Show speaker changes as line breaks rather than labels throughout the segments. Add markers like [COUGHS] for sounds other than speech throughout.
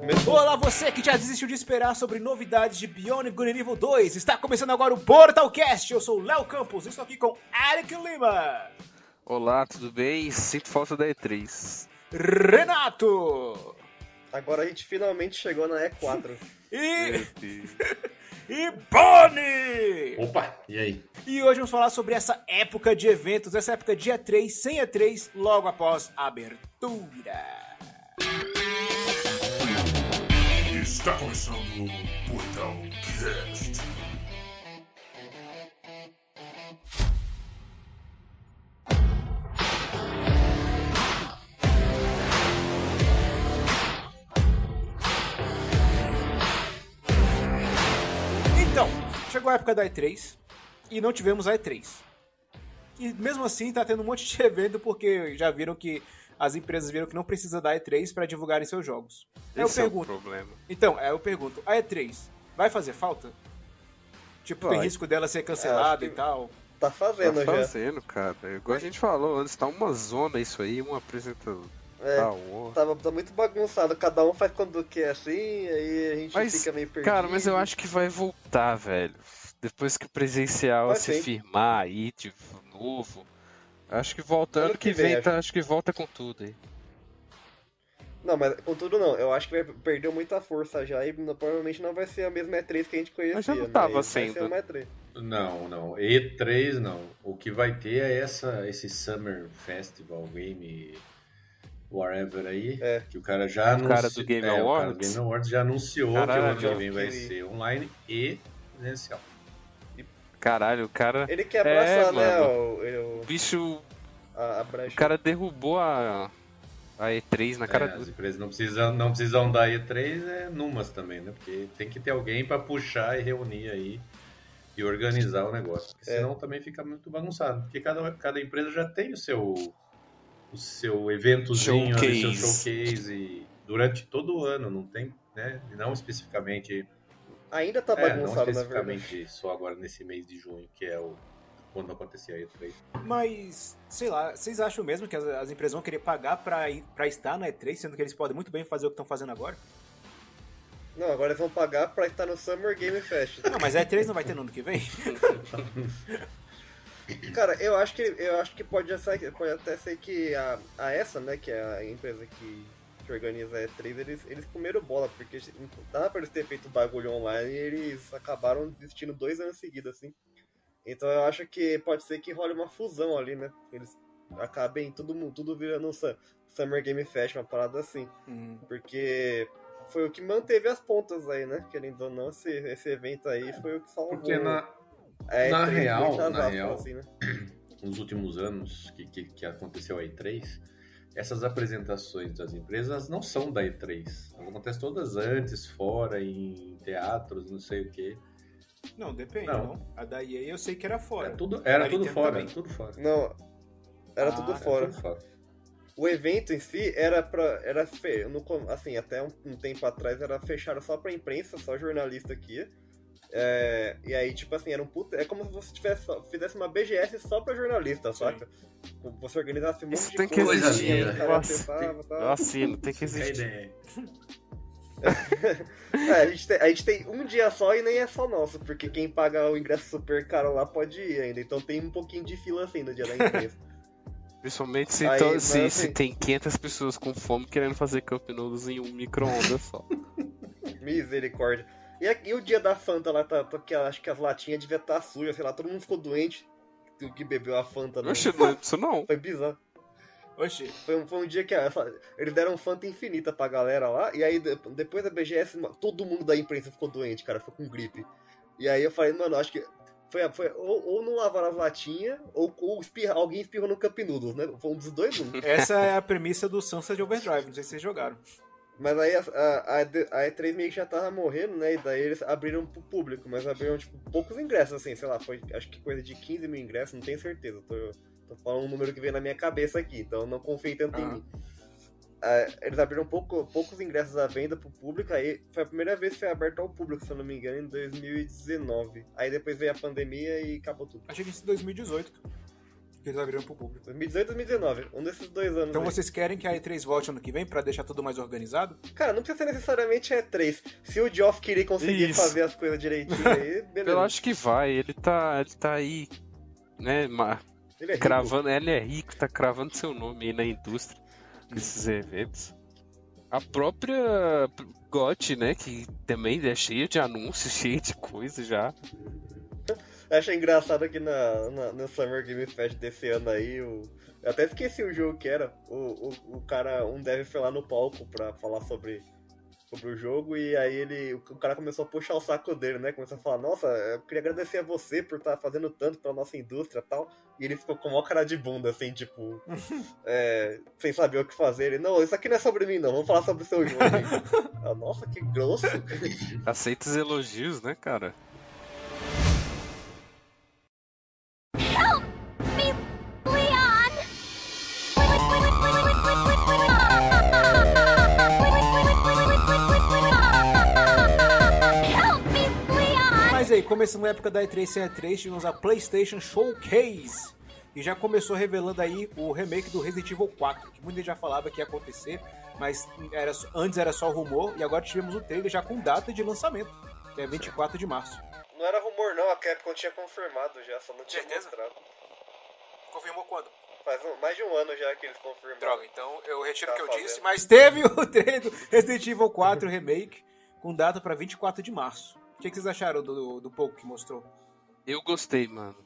Mesmo. Olá, você que já desistiu de esperar sobre novidades de Bionic Green Evil 2. Está começando agora o Portalcast. Eu sou o Léo Campos e estou aqui com Eric Lima,
Olá, tudo bem? Sinto falta da E3.
Renato
Agora a gente finalmente chegou na
[LAUGHS]
E4.
e,
Meu Deus.
e Boni.
Opa, e aí?
E hoje vamos falar sobre essa época de eventos, essa época de E3, sem E3, logo após a abertura.
Está começando o Portal Cast.
Então, chegou a época da E3 e não tivemos a E3. E mesmo assim tá tendo um monte de [LAUGHS] evento porque já viram que as empresas viram que não precisa da E3 para divulgarem seus jogos. Aí eu
Esse é o
pergunto.
problema.
então, é, eu pergunto, a E3 vai fazer falta? Tipo, tem
Vai.
risco dela ser cancelada
É, acho
e
que-
tal.
Tá
Tá
fazendo já.
fazendo, cara. Igual a gente falou antes, tá uma zona isso aí, um apresentador um
É,
da hora.
Tava, tá muito bagunçado. Cada um faz quando quer assim, aí a gente
Mas,
fica meio perdido.
cara, mas eu acho que vai voltar, velho. Depois que o presencial
Vai
se
sim.
firmar aí de novo. Acho que volta, ano
Ano
que
que vem,
vem,
acho.
tá, acho que volta com tudo aí.
Não, mas contudo não. Eu acho que vai- perdeu muita força já e não- provavelmente não vai ser a mesma E3 que a gente conhecia. né?
Mas já não tava
vai
sendo.
ser
[LAUGHS]
uma E3.
Não, não. E3 não. O que vai ter é essa, esse Summer Festival Game Whatever aí.
É.
Que o cara já
O
anunciou.
cara do Game
é, o cara do
Awards?
Game Awards já anunciou
Caralho,
que o ano que vem
que-
vai ser online e presencial.
Caralho, o cara.
Ele quer
É,
abraçar, né,
mano.
o,
O
o,
bicho.
a, a
O
brecha.
cara derrubou a. A E3 na cara
É,
do.
as empresas não precisam, não precisam da E3 é numas também, né? Porque tem que ter alguém pra puxar e reunir aí e organizar o negócio. Porque
É.
senão também fica muito bagunçado. Porque cada, cada empresa já tem o seu, o seu eventozinho, ali, seu
Showcase.
showcase durante todo o ano, não tem, né? E Não especificamente.
Ainda tá
é, não
bagunçado, na verdade.
especificamente só agora nesse mês de junho, que é o quando acontecia a E3.
Mas, sei lá, vocês acham mesmo que as, as empresas vão querer pagar pra, ir- pra estar na E3, sendo que eles podem muito bem fazer o que estão fazendo agora?
Não, agora eles vão pagar pra estar no Summer Game Fest.
Não, mas a E3 não vai ter no ano que vem? [LAUGHS]
Cara, eu acho que eu acho que pode, ser- pode até ser que a, a essa, né, que é a empresa que, que organiza a E3, eles, eles comeram bola, porque não dá pra eles terem feito bagulho online e eles acabaram desistindo dois anos seguidos, assim. Então eu acho que pode ser que role uma fusão ali, né? Eles acabem todo mundo, tudo virando um Su- Summer Game Fest, uma parada assim.
Hum,
Porque foi o que manteve as pontas aí, né? Querendo ou não, esse, esse evento aí foi o que salvou.
Porque na,
a E3
na
durante
real,
as
na
aspas,
real,
assim, né?
nos últimos anos que, que, que aconteceu a E3, essas apresentações das empresas elas não são da E3. Elas acontecem todas antes, fora, em teatros, não sei o quê.
não, depende, não.
Não.
A da EA eu sei que era fora.
Era É tudo, era
Da
tudo
Nintendo
fora,
também.
tudo fora. É
Não, era
Ah,
tudo
era
fora.
Tudo fora.
O evento em si era pra. Era fe... no com- assim, até um, um tempo atrás era fechado só pra imprensa, só jornalista aqui. É, e aí, tipo assim, era um puta. É como se você tivesse, só- fizesse uma BGS só pra jornalista, saca? Você organizasse um monte
Isso
de
tem que
coisa,
existir,
tinha
né?
os caras
Nossa,
tentavam, tal.
Eu assino, tem que
É a
existir.
ideia.
É, a, gente tem, a gente tem um dia só e nem é só nosso, porque quem paga o ingresso super caro lá pode ir ainda. Então tem um pouquinho de fila assim no dia da imprensa.
Principalmente se,
Aí,
então-
mas
se,
assim-
se tem 500 pessoas com fome querendo fazer Cup Noodles em um micro-ondas só.
Misericórdia. E, a- e o dia da Fanta lá, tá, tá- que eu acho que as latinhas devia estar sujas, sei lá, todo mundo ficou doente do que bebeu a Fanta. Né?
Oxe, não é isso não.
Foi bizarro.
Oxi.
Foi um, foi um dia que a- essa- eles deram Fanta infinita pra galera lá, e aí de- depois da BGS, ma- todo mundo da imprensa ficou doente, cara, ficou com gripe. E aí eu falei, mano, acho que foi, a- foi ou, ou não lavaram as latinhas, ou, ou espirra- alguém espirrou no Cup Noodles, né? Foi um dos dois, um.
Essa é a premissa do Sunset Overdrive, não sei se vocês jogaram.
Mas aí a, a, a D- a E3 meio que já tava morrendo, né? E daí eles abriram pro público, mas abriram, tipo, poucos ingressos, assim, sei lá, foi acho que coisa de 15 mil ingressos, não tenho certeza. Tô, tô falando um número que veio na minha cabeça aqui, então não confiem tanto em
Ah.
mim. Ah, eles abriram pouco, poucos ingressos à venda pro público, aí foi a primeira vez que foi aberto ao público, se eu não me engano, em 2019. Aí depois veio a pandemia e acabou tudo.
Achei que isso em 2018. Porque eles abriram pro público.
2018 2019, um desses dois anos.
Então
aí.
vocês querem que a E3 volte ano que vem pra deixar tudo mais organizado?
Cara, não precisa ser necessariamente E3. Se o Geoff querer conseguir
Isso.
fazer as coisas direitinho aí, beleza.
Eu acho que vai, ele tá, ele tá aí, né, ma-
Ele é rico.
cravando, ele é rico, tá cravando seu nome aí na indústria desses eventos. A própria GOT, né, que também é cheia de anúncios, [LAUGHS] cheia de coisa já.
Eu Achei engraçado aqui na, na, no Summer Game Fest desse ano aí, o... eu até esqueci o jogo que era. O, o, o cara, um dev foi lá no palco pra falar sobre, sobre o jogo e aí ele, o, o cara começou a puxar o saco dele, né? Começou a falar: Nossa, eu queria agradecer a você por estar fazendo tanto pela nossa indústria e tal. E ele ficou com uma cara de bunda, assim, tipo, é, sem saber o que fazer. Ele: Não, isso aqui não é sobre mim, não, vamos falar sobre o seu jogo. Eu, nossa, que grosso.
Aceita os elogios, né, cara?
Leon! Help me, Leon!
Mas aí, começamos a época da E3 sem E3, tivemos a PlayStation Showcase. E já começou revelando aí o remake do Resident Evil 4, que muita gente já falava que ia acontecer, mas era, só- antes era só rumor, e agora tivemos o trailer já com data de lançamento, que é 24 de março.
Não era rumor, não, a Capcom tinha confirmado já, só não tinha
Certeza?
mostrado.
Confirmou quando?
Faz um- mais de um ano já que eles confirmaram.
Droga, então eu retiro o
Tá
que eu
fazendo.
disse, mas teve [LAUGHS] o trailer do Resident Evil 4 Remake, com data pra 24 de março. O que, que vocês acharam do, do pouco que mostrou?
Eu gostei, mano.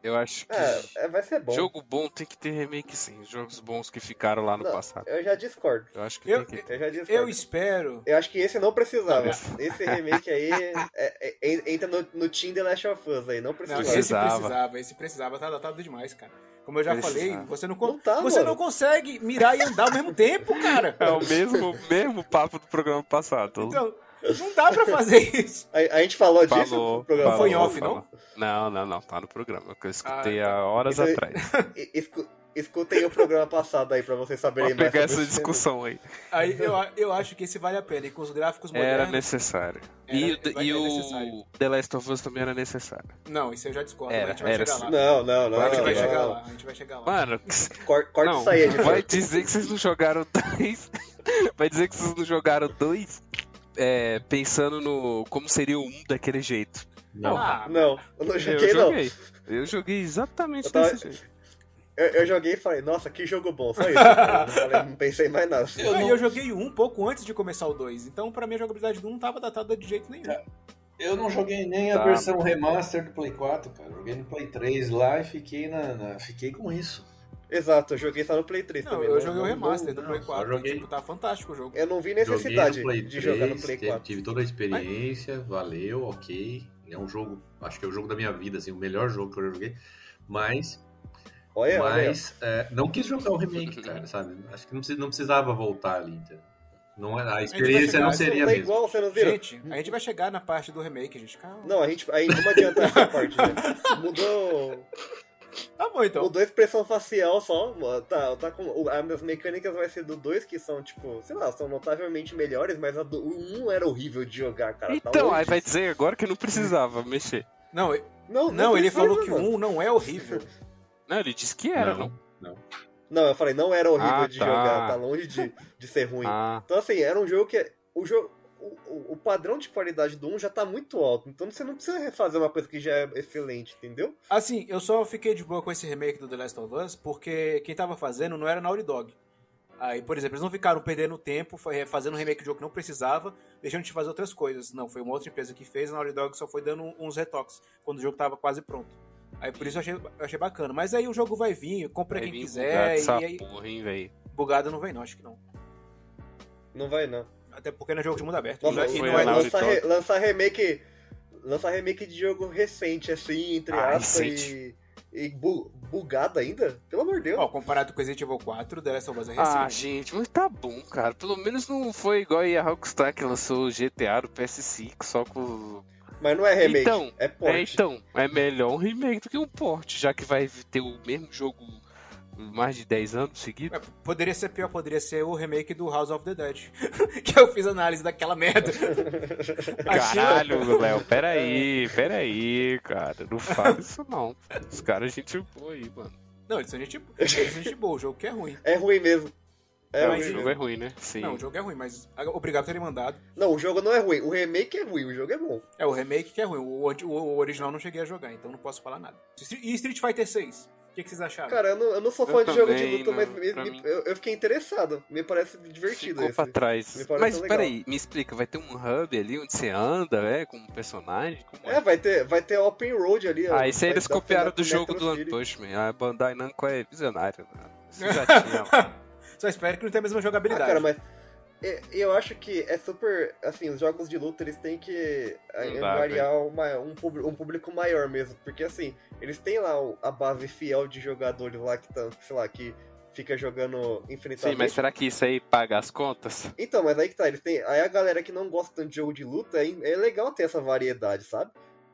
Eu acho que
É, é, vai ser bom.
jogo bom tem que ter remake sim, jogos bons que ficaram lá no
Não,
passado.
Eu já discordo.
Eu acho que
Eu-
tem que ter.
Eu já
Eu
discordo. Eu,
espero
acho que esse não precisava.
Não.
Esse remake aí é- é- é- entra no, no Team The Last of Us aí, não
Não,
precisava.
esse
Precisava.
precisava, esse precisava, tá datado demais, cara. Como eu já
Precisava.
falei, você não, con-
Não tá,
você
mano.
não consegue mirar e andar ao mesmo tempo,
[LAUGHS]
cara.
É o mesmo, mesmo papo do programa passado.
Então, não dá pra fazer isso.
A, a gente falou disso
Falou,
no programa.
falou,
Foi em off,
falou. Não, não, não, tá no programa, que eu escutei
Ah, tá.
há horas
Então,
atrás.
E- escu- Escutem o programa passado aí pra vocês saberem
Vou
mais.
pegar essa
sobre esse
discussão aí.
Aí eu, eu acho que esse vale a pena. E com os gráficos
Era
modernos.
necessário. E,
Era-
o- e
é
o
necessário.
The Last of Us também era necessário.
Não, isso eu já discordo. mas
Era,
a gente vai
era
chegar
sim.
lá.
tema. Não, não, não.
a
Claro
gente
não,
vai
não,
chegar
não.
lá. A gente vai chegar lá.
Mano,
Cor- Corta
não,
isso aí, editor.
vai dizer que vocês não jogaram dois. [LAUGHS] Vai dizer que vocês não jogaram dois é, pensando no como seria o um daquele jeito.
Não.
Ah,
Não, eu não joguei,
eu
não.
joguei. Eu joguei exatamente
Eu tava-
desse jeito.
Eu, eu joguei e falei, nossa, que jogo bom. Só isso. Eu não, falei- não pensei em mais nada.
Eu, não- eu joguei um pouco antes de começar o 2, então pra mim a jogabilidade do 1 não tava datada de jeito nenhum.
Eu não joguei nem a
Tá.
versão remaster do Play 4, cara. Joguei no Play 3 lá e fiquei, na, na- fiquei com isso.
Exato, eu joguei só no Play 3
Não,
também.
eu
né?
joguei o
Não-
remaster do
não,
Play
só
4.
joguei.
Tipo, tá fantástico o jogo.
Eu não vi
Joguei
necessidade
no Play 3,
de jogar no Play
teve-
4.
Tive toda a experiência, valeu, ok. É um jogo, acho que é o jogo da minha vida, assim, o melhor jogo que eu já joguei. Mas,
Olha, olha.
mas é, não quis jogar o remake, cara, sabe? Acho que não, precisa- não precisava voltar ali, entendeu? Não, é- a experiência
chegar,
não
mas não
seria a
tá
mesma.
igual, você não viu?
Gente, a gente vai chegar na parte do remake, gente. Calma.
Não, a gente, a gente não adianta essa parte, né? Mudou,
Tá bom então.
mudou a expressão facial só. mano. Tá, tá com, o- as mecânicas vai ser do 2 que são, tipo, sei lá, são notavelmente melhores, mas a do 1 um era horrível de jogar, cara. tá
Então,
longe
aí vai
disso.
dizer agora que não precisava mexer.
Não,
Não,
Não, ele
precisa,
falou que
mano.
o 1 não é horrível.
Não, ele disse que era, não.
Não, eu falei, não era horrível
Ah,
de
tá.
jogar, tá longe de, de ser ruim.
Ah,
Então, assim, era um jogo que. O, jogo, o, o- o padrão de qualidade do 1 já tá muito alto. Então você não precisa refazer uma coisa que já é excelente, entendeu?
Assim, eu só fiquei de boa com esse remake do The Last of Us porque quem tava fazendo não era Naughty Dog. Aí, por exemplo, eles não ficaram perdendo tempo fa- eh, fazendo um remake de jogo que não precisava, deixando de fazer outras coisas. Não, foi uma outra empresa que fez, a Naughty Dog só foi dando um, uns retoques quando o jogo tava quase pronto. Aí por isso eu achei, eu achei bacana. Mas aí o jogo vai vir, compra
aí
quem
vim
quiser,
essa
e aí
porra, hein, velho.
bugado não vem não, acho que não.
Não vai, não.
Até porque não é jogo de mundo aberto.
Nossa,
e
e
foi
não
a
é
Naughty
lançar,
Dog.
re- lançar remake. Lançar remake de jogo recente, assim, entre
Ah,
aspas, e, e bu- bugado ainda? Pelo amor de Deus.
Ó, comparado com Resident Evil 4, The Last of Us é recente.
Ah, gente, mas tá bom, cara. Pelo menos não foi igual aí a Rockstar que lançou o GTA do PS5 só com.
Mas não é remake,
Então,
é
É,
porte.
então, é melhor um remake do que um port, já que vai ter o mesmo jogo mais de 10 anos seguidos.
É, Poderia ser pior, poderia ser o remake do House of the Dead. [LAUGHS] que eu fiz análise daquela
[LAUGHS]
merda. Achei-
Caralho, Léo,
É.
peraí, peraí, cara. Não fala isso não. Os caras, gente boa aí, mano.
Não, eles são gente, eles são gente boa, o jogo que é ruim.
É ruim mesmo. É
Não,
ruim.
o
mas-
jogo é ruim, né? Sim.
Não, o jogo é ruim, mas obrigado por terem mandado.
Não, o jogo não é ruim. O remake é ruim, o jogo é bom.
É o remake que é ruim, o, o- o original eu não cheguei a jogar, então não posso falar nada. E Street Fighter 6? O que, que vocês acharam?
Cara, eu não, eu não sou
Ah, Eu
fã de jogo de
também,
luta, mas
não,
me-
pra
me-
mim.
eu, eu fiquei interessado. Me parece divertido
Ficou
esse.
pra trás.
Me parece
Mas
legal.
peraí, me explica, vai ter um hub ali onde você anda, é, com um personagem? Como é?
É, vai ter, vai ter open road ali. ó.
Ah, isso aí
Vai
eles
dar
copiaram
pra-
do jogo
Metro
do One
City.
Punch Man. A Bandai Namco é visionária. né? Isso
[LAUGHS]
já tinha lá.
[LAUGHS] Só espero que não tenha a mesma
Ah,
jogabilidade.
cara, mas e- eu acho que é super. Assim, os jogos de luta eles têm que eh,
Não dá,
variar uma- um, pub- um público maior mesmo. Porque, assim, eles têm lá o- a base fiel de jogadores lá que estão, sei lá, que fica jogando
Sim,
infinitamente.
mas será que isso aí paga as contas?
Então, mas aí que tá, eles têm. Aí a galera que não gosta tanto de jogo de luta, é é legal ter essa variedade, sabe?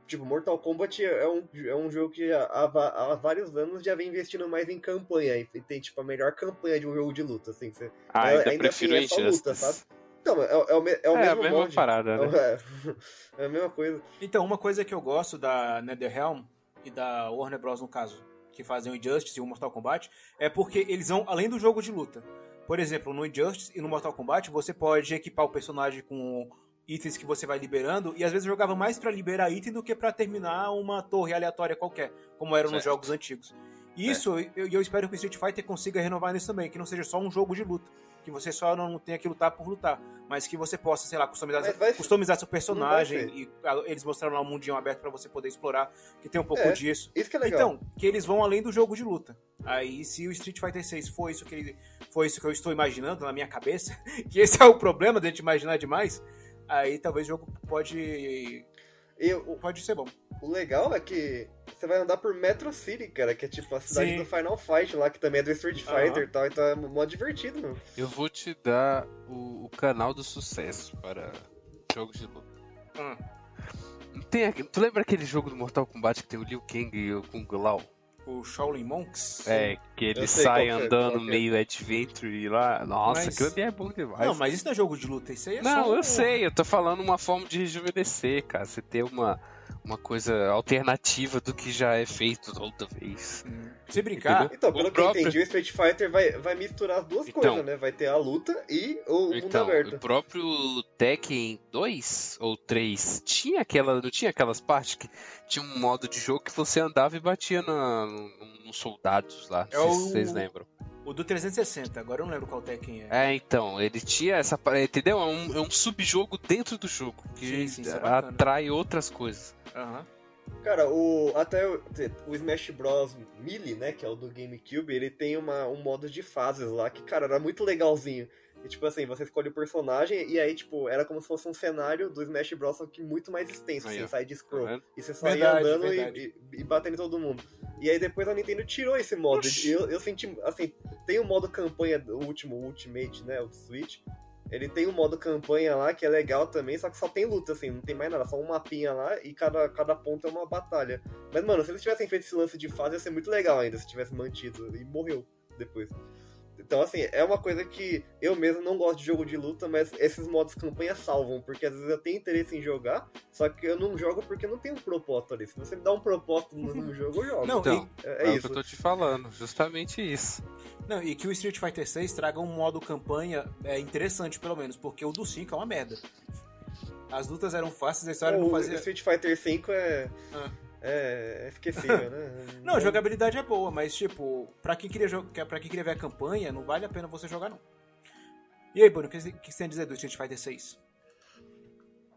Tipo, Mortal Kombat é um, é um jogo que já há, va- há vários anos já vem investindo mais em campanha. E tem, tipo, a melhor campanha de um jogo de luta, assim. que você-
Ah,
Mas
ainda,
ainda
prefiro
assim, é só luta,
Injustice.
Então, é, o- é o, me- é
É,
o
a
mesmo
mesma
molde.
parada, né?
É, [LAUGHS] a mesma coisa.
Então, uma coisa que eu gosto da NetherRealm e da Warner Bros, no caso, que fazem o Injustice e o Mortal Kombat, é porque eles vão além do jogo de luta. Por exemplo, no Injustice e no Mortal Kombat, você pode equipar o personagem com itens que você vai liberando, e às vezes eu jogava mais pra liberar item do que pra terminar uma torre aleatória qualquer, como eram nos
Certo.
jogos antigos. E isso, e eu, e eu espero que o Street Fighter consiga renovar nisso também, que não seja só um jogo de luta, que você só não tenha que lutar por lutar, mas que você possa, sei lá, customizar,
Mas vai-
customizar seu personagem personagem
Não
e ah, eles mostraram lá um mundinho aberto pra você poder explorar, que tem um pouco
É,
disso.
Isso que é legal.
Então, que eles vão além do jogo de luta. Aí, se o Street Fighter 6 foi isso que ele, foi isso que eu estou imaginando na minha cabeça, [LAUGHS] que esse é o problema de a gente imaginar demais, aí talvez o jogo pode
E o,
pode ser bom.
o legal é que você vai andar por Metro City, cara, que é tipo a cidade
Sim.
do Final Fight lá, que também é do Street
Aham.
Fighter e tal. Então é mó divertido, mano.
Eu vou te dar o, o canal do sucesso para jogos de luta.
Hum.
Não Tem, aqui- tu lembra aquele jogo do Mortal Kombat que tem o Liu Kang e o Kung Lao?
O Shaolin Monks.
É, que ele
Eu sei
sai
qual que é,
andando
qual que é.
meio adventure lá. Nossa,
Mas-
aquilo ali é bom demais.
Não, mas isso não é jogo de luta, isso aí é só
Não,
um-
eu sei, eu tô falando uma forma de rejuvenescer, cara. Você ter uma, uma coisa alternativa do que já é feito outra vez.
Se brincar,
Então,
O
pelo que
próprio-
eu entendi, o Street Fighter vai, vai misturar as duas
Então.
coisas, né? Vai ter a luta e o mundo
Então,
aberto.
o próprio Tekken 2 ou 3 tinha aquela, não tinha aquelas partes que tinha um modo de jogo que você andava e batia na, no- nos soldados lá.
É
Não sei se
o-
vocês lembram.
o do 360, agora eu não lembro qual Tekken é.
É, então, ele tinha essa. par- Entendeu? É um, é um subjogo dentro do jogo que
Sim, sim, isso é bacana.
atrai outras coisas. tá
Aham.
Cara, o, até o, o Smash Bros. Melee, né, que é o do GameCube, ele tem uma, um modo de fases lá que, cara, era muito legalzinho. E, tipo assim, você escolhe o personagem e aí, tipo, era como se fosse um cenário do Smash Bros. só que muito mais extenso,
Aí,
sem
ó.
sair de
Tá
scroll.
vendo?
E você saía
Verdade,
andando e-
verdade.
E, e batendo em todo mundo. E aí depois a Nintendo tirou esse modo.
Oxi.
E eu, eu senti, assim, tem o modo campanha, do último o Ultimate, né, o do Switch. Ele tem um modo campanha lá que é legal também, só que só tem luta, assim, não tem mais nada, só um mapinha lá e cada, cada ponto é uma batalha. Mas, mano, se eles tivessem feito esse lance de fase, ia ser muito legal ainda, se tivesse mantido. E morreu depois. Então, assim, é uma coisa que eu mesmo não gosto de jogo de luta, mas esses modos campanha salvam, porque às vezes eu tenho interesse em jogar, só que eu não jogo porque não tem um propósito ali. Se você me dá um propósito no, no jogo, eu jogo.
Não,
Então,
e-
é, é
é o que
isso.
eu tô te falando, justamente isso.
Não, e que o Street Fighter 6 traga um modo campanha é, interessante, pelo menos, porque o do 5 é uma merda. As lutas eram fáceis, a história não
O
fazia.
Street Fighter V é.
Ah.
É, é esquecível, né?
[LAUGHS] Não, a jogabilidade é boa, mas tipo, pra quem queria jogar, para quem queria ver a campanha, não vale a pena você jogar não. E aí, Bruno, o que você o que você tem a dizer do Street Fighter 6?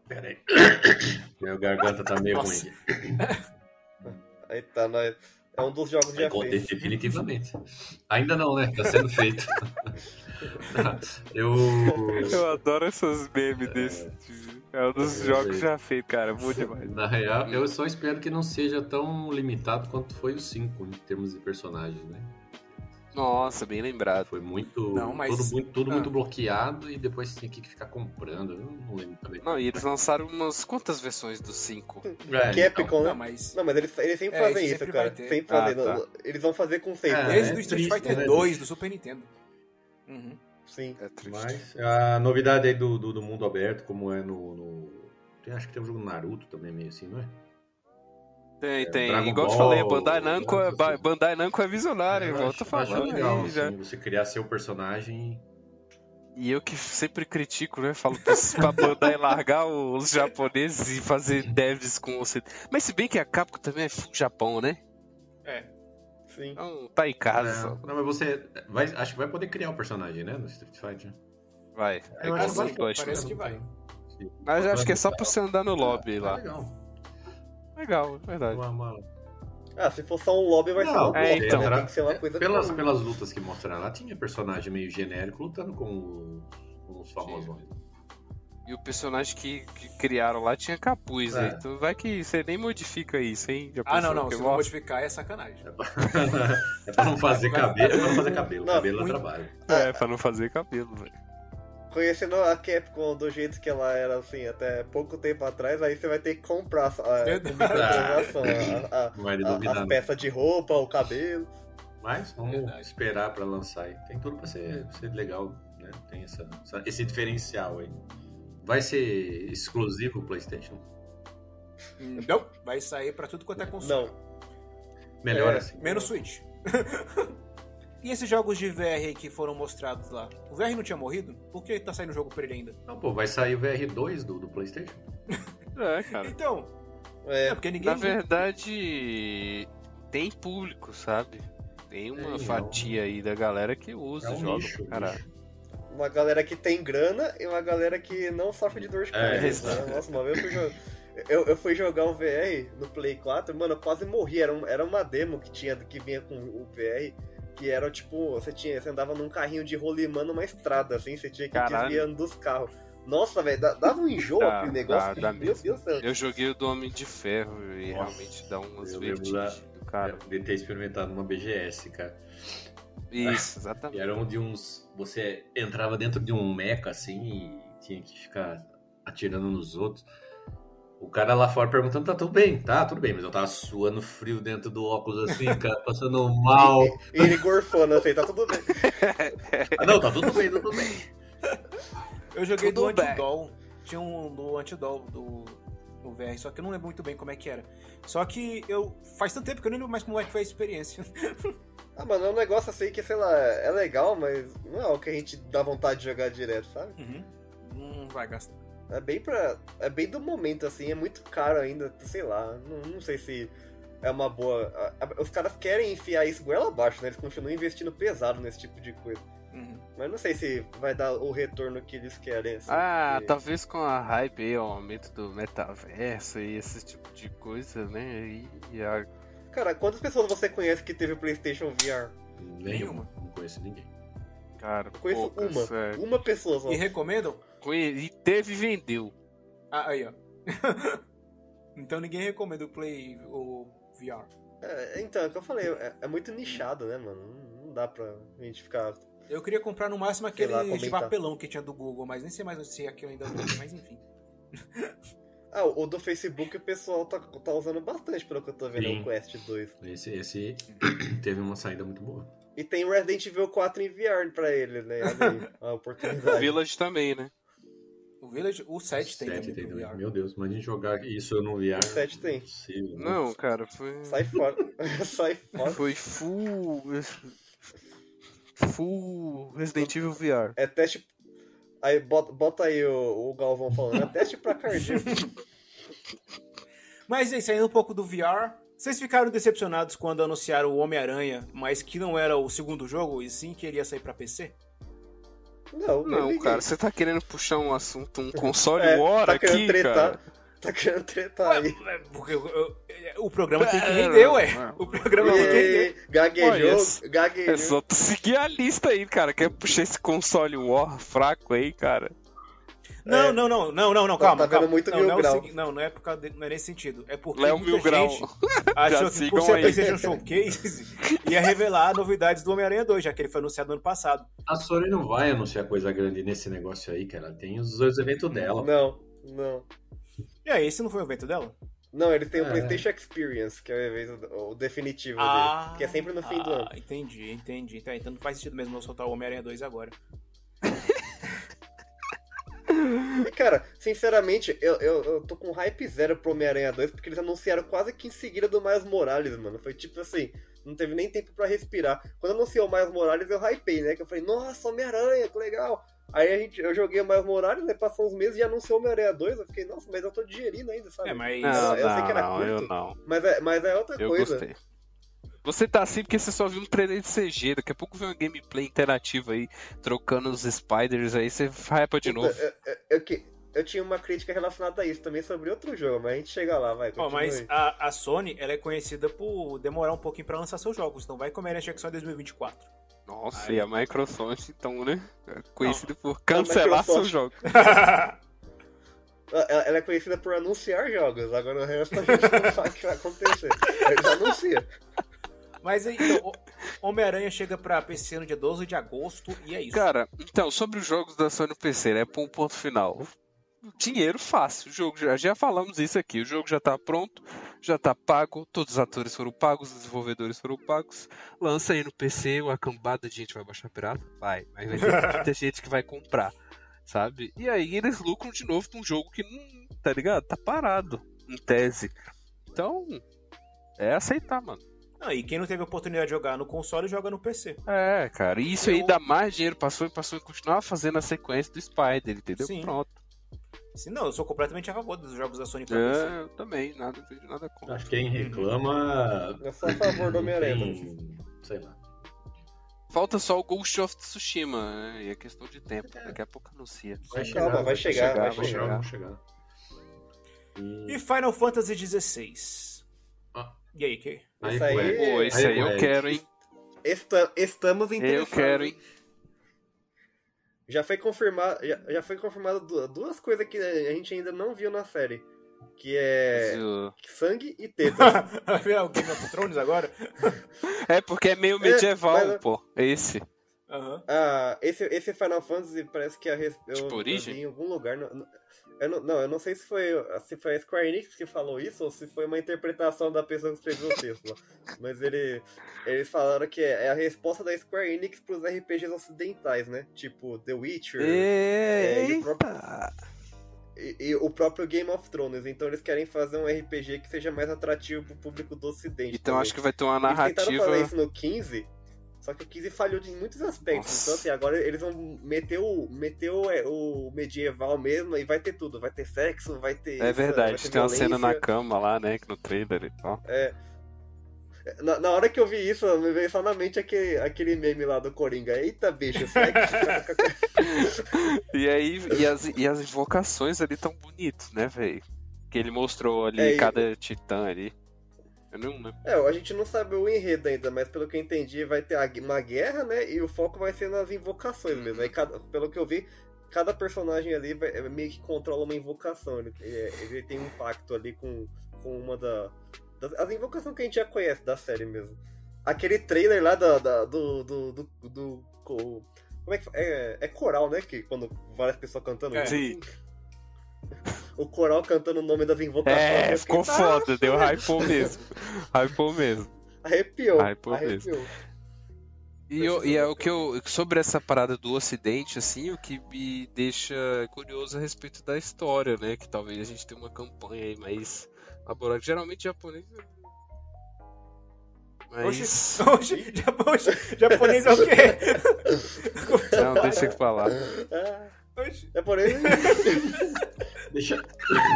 Pera aí. [COUGHS] Minha garganta tá meio
Nossa.
ruim. aqui.
Aí tá, nós. É um dos jogos já
Encontrei
feitos.
definitivamente. Ainda não, né? Tá
[LAUGHS]
sendo feito. [LAUGHS] Eu.
Eu adoro essas memes desse. É um dos
Eu
jogos
sei.
já feito, cara.
[LAUGHS]
Muito demais.
Na real, eu só espero que não seja tão limitado quanto foi o 5 em termos de personagem, né?
Nossa, bem lembrado.
Foi muito.
Não, mas-
Tudo, muito, tudo
Ah.
muito bloqueado e depois tinha que ficar comprando. Eu não lembro também.
Não, e eles lançaram umas quantas versões do 5?
É,
Capcom,
Não,
né?
mas
Não, mas eles, eles sempre
É,
fazem
isso
isso,
sempre
cara.
vai ter.
Sempre fazem.
Ah, tá.
não- Eles vão fazer com sempre.
É.
desde o Street
triste,
Fighter
né?
2 do Super Nintendo. Uhum.
Sim.
É triste.
Mas a novidade aí do, do, do mundo aberto, como é no. no- Tem, acho que tem um jogo Naruto também, meio assim, não é?
Tem, tem.
Dragon
Igual eu te
Ball,
falei, Bandai Namco, é,
essas
ba-
coisas.
Bandai Namco é visionário,
Eu
igual eu
acho-
tô
eu acho
falando
legal,
aí né? já.
assim, você criar seu personagem.
E eu que sempre critico, né? Falo pra, pra Bandai largar os japoneses e fazer devs com você. Mas se bem que a Capcom também é full Japão, né?
Sim.
Então tá em casa.
É, Não, não, mas você. Vai, acho que vai poder criar um personagem, né? No Street Fighter.
Vai. É
Eu
igual
acho
você
que-
gosta.
parece que vai.
Mas eu acho que é só pra você andar no lobby
É
lá.
legal.
Legal, é verdade.
Uma- uma-
Ah, se for só um lobby, vai ser um
Não,
lobby.
é,
né?
então.
Tem que ser uma coisa
pelas,
com-
pelas lutas que mostraram lá, tinha personagem meio genérico lutando com, com os famosos.
E o personagem que, que criaram lá tinha capuz,
É.
né? Então vai que você nem modifica isso, hein? Já
Ah, não,
pensou
não.
que
Se
mó-
não modificar é sacanagem.
[LAUGHS] é pra não fazer cabelo, é pra não fazer cabelo.
Não,
cabelo
muito-
é trabalho.
[LAUGHS] É, pra não fazer cabelo, velho.
Conhecendo a Capcom do jeito que ela era, assim, até pouco tempo atrás, aí você vai ter que comprar a,
Verdade.
microtransação, a- a-
Não vai
a-
duvidar.
as peças É de roupa, o cabelo.
Mas vamos
Verdade.
esperar pra lançar aí. Tem tudo pra ser, pra ser legal, né? Tem essa, essa- esse diferencial aí. Vai ser exclusivo o PlayStation?
[LAUGHS] Não, vai sair pra tudo quanto é console.
Não,
Melhor
É.
assim.
Menos Switch. [LAUGHS] e esses jogos de VR que foram mostrados lá? O VR não tinha morrido? Por que tá saindo jogo pra ele ainda?
Não, pô, vai sair o VR2 do, do PlayStation?
É, cara.
Então,
é,
é porque ninguém.
Na verdade, tem público, sabe? Tem uma
Tem, é um-
fatia aí da galera que usa,
É um
joga
nicho,
pra caralho.
uma galera que tem grana e uma galera que não sofre de dor de
É,
cabeça.
exato.
né? Nossa, uma vez eu fui, jo- eu, eu fui jogar o VR no Play 4, mano, eu quase morri. Era, um- era uma demo que tinha que vinha com o VR. Que era tipo, você tinha, você andava num carrinho de rolimã numa estrada, assim, você tinha que ir
Caralho.
desviando dos carros. Nossa, velho, dá- dava um enjoo
Dá,
aquele negócio.
dá,
que-
tá, dá
meu
mesmo.
Deus do céu.
Eu joguei o do Homem de Ferro e
Nossa,
realmente dá umas
eu lembro
vertigens do cara.
De ter experimentado uma BGS, cara.
Isso,
E
exatamente.
era um de uns. Você entrava dentro de um meca assim e tinha que ficar atirando nos outros. O cara lá fora perguntando: tá tudo bem, tá tudo bem, mas eu tava suando frio dentro do óculos assim, cara, passando
[LAUGHS]
mal.
E ele gorfando assim, tá tudo bem.
Ah, não, tá tudo bem, tá tudo bem.
Eu joguei
Tudo
do
bem.
Antidoll. Tinha um do Antidoll do, do VR, só que eu não lembro muito bem como é que era. Só que eu. Faz tanto tempo que eu nem lembro mais como é que foi a
[LAUGHS]
experiência.
Ah, mano, é um negócio assim que, sei lá, é legal, mas não é o que a gente dá vontade de jogar direto, sabe?
Uhum. Não vai gastar.
É bem pra. É bem do momento, assim, é muito caro ainda, sei lá, não, não sei se é uma boa. a- a- Os caras querem enfiar isso goela abaixo, né? Eles continuam investindo pesado nesse tipo de coisa.
Uhum.
Mas não sei se vai dar o retorno que eles querem, assim.
Ah,
porque-
talvez com a hype aí, o aumento do metaverso e esse tipo de coisa, né? E, e a...
Cara, quantas pessoas você conhece que teve o PlayStation VR?
Nenhuma. Não conheço ninguém.
Cara,
Eu conheço
poucas,
uma.
é.
Uma pessoa só.
E recomendam?
Conhe- E teve e vendeu.
Ah, aí, ó. [LAUGHS] então ninguém recomenda o Play o VR.
É, então, é o que eu falei, é, é muito nichado, né, mano? Não- Não dá pra gente ficar.
Eu queria comprar no máximo
Sei
aquele
lá,
de
comentar.
papelão que tinha do Google, mas nem sei mais se aquilo ainda tem, mas enfim.
Ah, o do Facebook o pessoal tá, tá usando bastante, pelo que eu tô vendo, é
Sim.
o Quest 2.
Esse, esse [CLEARS THROAT] teve uma saída muito boa.
E tem Resident Evil 4 em VR pra ele, né? Olha aí, a oportunidade.
Village também, né?
O Village, o 7 tem
Sete
também
tem
pro
também.
VR.
Meu Deus, imagina jogar isso eu não VR.
Sete tem.
Sim,
Não, cara, foi.
Sai fora. [LAUGHS] Sai fora.
Foi full. Full Resident Evil VR.
É teste. Aí bota, bota aí o, o Galvão falando. É teste pra cardíaco.
Mas é isso, ainda um pouco do VR. Vocês ficaram decepcionados quando anunciaram o Homem-Aranha, mas que não era o segundo jogo, e sim que ele ia sair pra PC?
Não, nem
Não,
liguei.
cara, você tá querendo puxar um assunto, um console
É,
War
tá querendo
aqui,
tretar.
cara.
Tá querendo tretar aí.
É, Porque eu- eu- é, o programa tem que render, ué. O programa tem que render.
Ei, Gaguejou,
Olha, É
gaguejou.
só tu seguir a lista aí, cara. Quer puxar esse console War fraco aí, cara?
Não, não, não, não, não, não, calma.
É. tá vendo
calma.
muito
não,
Mil
não, é o
Grau.
segui- não, não é por causa de, não é nesse sentido. É porque
Léo
muita
Mil Grau. [LAUGHS]
gente achou que por
sigam
ser
aí.
PlayStation
[LAUGHS]
Showcase ia revelar novidades do Homem-Aranha 2, já que ele foi anunciado no ano passado.
A Sony não vai anunciar coisa grande nesse negócio aí, cara. Tem os, os eventos dela.
Não, não.
E aí, esse não foi o evento dela?
Não, ele tem o
É.
PlayStation Experience, que é o evento- o definitivo dele. Que é sempre no fim do ano.
Ah, Entendi, entendi. Tá, então não faz sentido mesmo eu soltar o Homem-Aranha 2 agora.
E, cara, sinceramente, eu, eu, eu tô com hype zero pro Homem-Aranha 2, porque eles anunciaram quase que em seguida do Miles Morales, mano. Foi tipo assim, não teve nem tempo pra respirar. Quando anunciou o Miles Morales, eu hypei, né? Que eu falei, nossa, Homem-Aranha, que legal. Aí a gente, eu joguei o Miles Morales, né? Passou uns meses e anunciou o Homem-Aranha 2. Eu fiquei, nossa, mas eu tô digerindo ainda, sabe?
É, mas.
Não,
eu sei que era
não, eu
curto.
não.
Mas, é, mas é outra
Eu
coisa.
gostei. Você tá assim porque você só viu um trailer de CG, daqui a pouco vem uma gameplay interativa aí, trocando os spiders aí, você hypa de
Puta, é-
novo.
Eu, eu- eu que- eu tinha uma crítica relacionada a isso também sobre outro jogo, mas a gente chega lá, vai.
Ó,
continua
mas
aí.
a, a Sony ela é conhecida por demorar um pouquinho pra lançar seus jogos, então vai comer a Jackson em 2024.
Nossa,
Ai.
e a Microsoft então, né? é Conhecida por cancelar
Microsoft.
seu jogo.
Ela, ela é conhecida por anunciar jogos, agora o resto a gente não [LAUGHS] sabe o que vai acontecer. Eles anunciam.
[LAUGHS] Mas aí, então, o- Homem-Aranha chega pra PC no dia 12 de agosto e é isso.
Cara, então, sobre os jogos da Sony PC, né? Pra um ponto final. Dinheiro fácil, o jogo já, já falamos isso aqui. O jogo já tá pronto, já tá pago, todos os atores foram pagos, os desenvolvedores foram pagos. Lança aí no PC, uma cambada de gente vai baixar pirata, vai, mas vai ter muita gente que vai comprar, sabe? E aí eles lucram de novo com um jogo que não, tá ligado? Tá parado, em tese. Então, é aceitar, mano.
Não, e quem não teve oportunidade de jogar no console, joga no PC.
É, cara, e isso aí
Eu-
dá mais dinheiro passou e passou e continuar fazendo a sequência do Spider, entendeu?
Sim.
Pronto.
Se não, eu sou completamente a favor dos jogos da Sony pra PC.
É, eu também, nada, não vejo nada contra.
Acho que é quem reclama.
Eu sou É a favor do Homem-Aranha.
tem- Sei lá.
Falta só o Ghost of Tsushima, né? E é questão de tempo. Daqui a pouco anuncia.
Vai chegar,
Calma, vai chegar, vai
vai chegar.
chegar.
Vai chegar. E...
E Final Fantasy XVI.
Ah.
E aí, que?
Isso aí- é
foi.
Pô, esse aí eu
moleque.
quero, hein?
Esta- estamos
Eu
interessados.
quero, hein?
Já foi confirmado, já, já foi confirmado du- duas coisas que a gente ainda não viu na série. Que é
Isso.
sangue e tetas.
Vai virar [LAUGHS] o Game of Thrones agora?
É porque é meio medieval,
mas-
pô. Esse.
Aham.
Ah, esse, esse Final Fantasy parece que a res- eu,
Tipo,
eu
origem?
li em algum lugar. não- não- eu não, não, eu não sei se foi, se foi a Square Enix que falou isso ou se foi uma interpretação da pessoa que escreveu o texto. [LAUGHS] lá. Mas ele, eles falaram que é, é a resposta da Square Enix pros RPGs ocidentais, né? Tipo The Witcher é, e o próprio-
Eita!
e, e o próprio Game of Thrones. Então eles querem fazer um RPG que seja mais atrativo pro público do ocidente.
Então
também.
acho que vai ter uma
Eles tentaram fazer
narrativa.
isso no 15, só que o 15 falhou em muitos aspectos.
Nossa.
Então, assim, agora eles vão meter, o, meter o, é, o medieval mesmo e vai ter tudo. Vai ter sexo, vai ter.
É
isso, vai
verdade,
ter
tem uma cena na
violência.
cama lá, né? que No trailer e tal.
na. Na hora que eu vi isso, me veio só na mente aquele, aquele meme lá do Coringa. Eita,
[LAUGHS]
bicho, sexo.
E aí, e as, e as invocações ali tão bonitas, né, velho? Que ele mostrou ali
É, e-
cada titã ali. Eu não lembro.
é, a gente não sabe o enredo ainda, mas pelo que eu entendi, vai ter a- uma guerra, né? E o foco vai ser nas invocações mesmo. Aí, cada- pelo que eu vi. Cada personagem ali vai- é, meio que controla uma invocação. Ele, é, ele tem um pacto ali com, com uma da. Das, as invocações que a gente já conhece da série mesmo. Aquele trailer lá da, da- do, do, do, do- co- Como é que fa- é, é coral, né? Que quando várias pessoas cantando.
É.
Sim.
O coral cantando o nome das invocações. eu
É,
fiquei, "Ah,
ficou
"Nossa,
foda, deu
velho."
hypou mesmo. [LAUGHS] Hypou mesmo.
Arrepiou.
Hypou mesmo.
arrepiou.
E, eu- e é o que eu. Sobre essa parada do Ocidente, assim, o que me deixa curioso a respeito da história, né? Que talvez a gente tenha uma campanha aí mais elaborada. Geralmente japonês. é
[LAUGHS]
Mas.
Hoje, japonês, japonês é o quê?
Não, deixa eu falar.
Ah,
Hoje,
é por isso.
Deixa,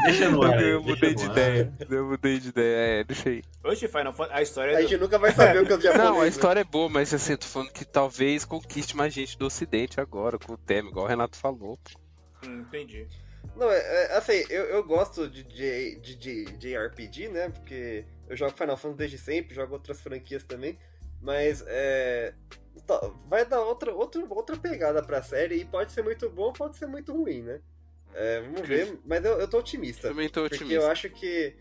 deixa no ar. aí,
Eu mudei
deixa
de
no ar.
ideia. Eu mudei de ideia. É, deixa aí.
hoje Final Fantasy. A história [LAUGHS]
A
é. do-
gente nunca vai saber o que eu já
Não, a história é boa, mas assim, eu tô falando que talvez conquiste mais gente do ocidente agora com o tema, igual o Renato falou.
Hum, entendi.
Não, é, é, assim, eu, eu gosto de, J- de, de, de RPG, né? Porque eu jogo Final Fantasy desde sempre, jogo outras franquias também. Mas é, tá- vai dar outra, outra, outra pegada pra série e pode ser muito bom, pode ser muito ruim, né? É, vamos ver, mas eu, eu tô otimista.
Também tô
porque
otimista.
eu acho que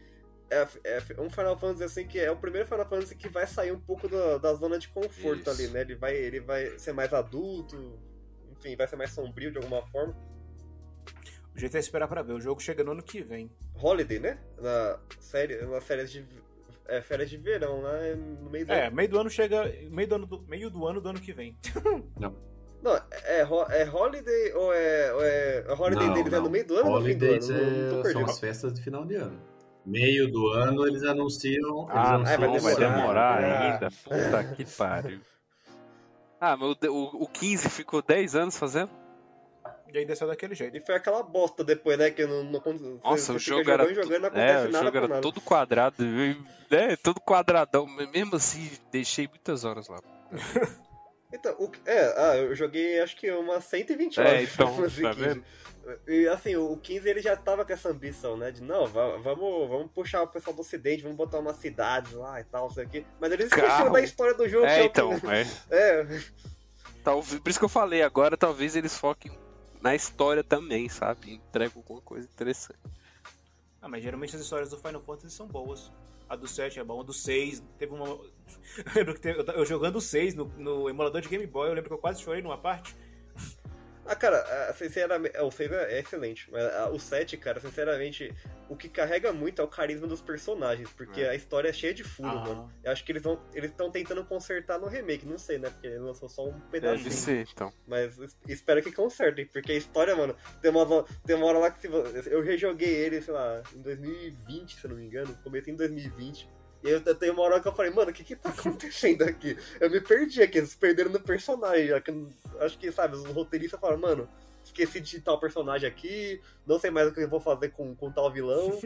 é, é um Final Fantasy assim que é o primeiro Final Fantasy que vai sair um pouco da, da zona de conforto
Isso.
ali, né? Ele vai, ele vai ser mais adulto, enfim, vai ser mais sombrio de alguma forma.
O jeito é esperar pra ver. O jogo chega no ano que vem.
Holiday, né? Na série, nas férias de é, férias de verão, lá no meio do
É, meio do ano chega. Meio do ano do, meio do, ano, do ano que vem.
Não, é, ho- é holiday ou é, ou é a holiday
Não,
deles é
não.
no meio do ano ou no fim do ano?
Holidays
Não-
é-
não tô
são
perdido.
as festas de final de ano. Meio do ano eles anunciam.
Ah, não,
eles
Ah, vai
vai demorar,
demorar.
É.
ainda. Puta que pariu. Ah, mas o de- o, o 15 ficou 10 anos fazendo?
E ainda saiu daquele jeito.
E foi aquela bosta depois, né? Que não, não
Nossa,
você
o
fica
jogo era.
jogando, jogando, não
tu- é,
acontece
o
nada
jogo
com
era
nada.
todo quadrado. É, todo quadradão. mas Mesmo assim, deixei muitas horas lá.
Então, o que- é, ah, eu joguei acho que umas 120 horas.
É,
de [LAUGHS]
então,
Final Fantasy
tá
XV.
vendo?
E assim, o 15 ele já tava com essa ambição, né? De não, va- vamos, vamos puxar o pessoal do ocidente, vamos botar umas cidades lá e tal, sei o quê. Mas eles esqueceram
Carro.
da história do jogo. que [LAUGHS]
É,
o-
então, é.
É,
Talvez, por isso que eu falei, agora talvez eles foquem na história também, sabe? Entrega alguma coisa interessante.
Ah, mas geralmente as histórias do Final Fantasy são boas. A do 7 é bom, a do 6. Teve uma. [LAUGHS] Eu lembro que teve- eu ta- eu jogando o 6 no, no emulador de Game Boy, eu lembro que eu quase chorei numa parte.
Ah, cara, ah, sinceramente, ah, o 6 é é excelente, mas ah, o 7, cara, sinceramente, o que carrega muito é o carisma dos personagens, porque
É.
a história é cheia de furo,
Ah.
mano. Eu acho que eles vão, eles estão tentando consertar no remake, não sei, né? Porque ele lançou só um
Deve
pedacinho.
ser, então.
Mas es- espero que consertem, porque a história, mano, tem uma, tem uma hora lá que se vo- eu rejoguei ele, sei lá, em 2020, se eu não me engano, comecei em 2020. E aí eu tenho uma hora que eu falei, mano, o que que tá [LAUGHS] acontecendo aqui? Eu me perdi aqui, eles perderam no personagem. já que- Acho que, sabe, os roteiristas falam, mano, esqueci de tal personagem aqui, não sei mais o que eu vou fazer com, com tal vilão.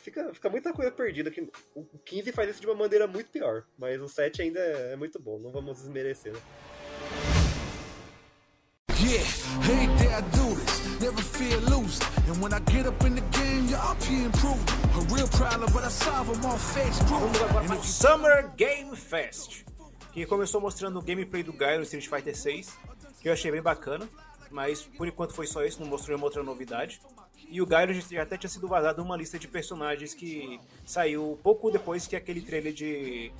Fica, fica muita coisa perdida. Que o o 15 faz isso de uma maneira muito pior, mas o 7 ainda é, é muito bom, não vamos desmerecer, né?
Yeah, hate that I do this, never fear losing. And when I get up in the game, you're up here improving. A real problem, but I solve them on
Vamos
Facebook.
agora para o Summer Game Fest. Que começou mostrando o gameplay do Guy no Street Fighter 6, que eu achei bem bacana. Mas por enquanto foi só isso, não mostrou nenhuma outra novidade. E o Gyro já já até tinha sido vazado uma lista de personagens que saiu pouco depois que aquele trailer de,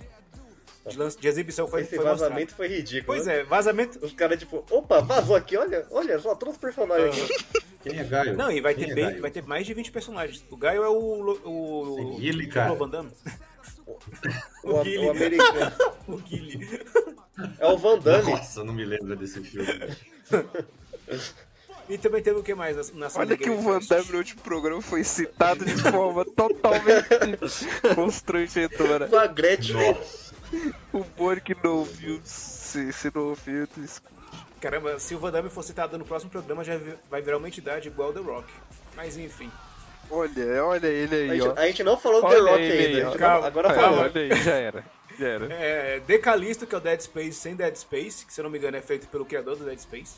de, lance- de exibição foi,
Esse
foi mostrado.
vazamento foi ridículo.
Pois
né?
é, vazamento
Os caras, tipo, opa, vazou aqui, olha, olha só, todos os personagens aqui.
Quem é Gaio?
Não, e vai
Quem
ter,
é
bem-
Gaio?
vai ter mais de 20 personagens. O Gaio é o. Lo- o,
Sim, ele,
o
cara.
Van
[LAUGHS]
Damme.
Uhum.
O, o
Guile.
americano.
O Guile.
É o Van Damme.
Nossa, não me lembro desse filme.
[LAUGHS] E também teve o que mais na- na sala
Olha
do
que o
Game
Van
Fest?
Damme no último programa foi citado de forma [LAUGHS] totalmente [LAUGHS] constrangedora.
Com a Gretchen.
O Boni que não ouviu, se, se não ouviu, tu escuta.
Caramba, se o Van Damme for citado no próximo programa, já vi- vai virar uma entidade igual ao The Rock. Mas enfim.
olha, olha ele
A
aí,
gente,
ó.
a gente não falou do The
Olha
Rock
ele aí,
ainda. a
ó.
gente
Calma,
não- agora
Olha,
falou.
olha aí, já era. Já era.
É, Decalisto, que é o Dead Space sem Dead Space, que se eu não me engano é feito pelo criador do Dead Space.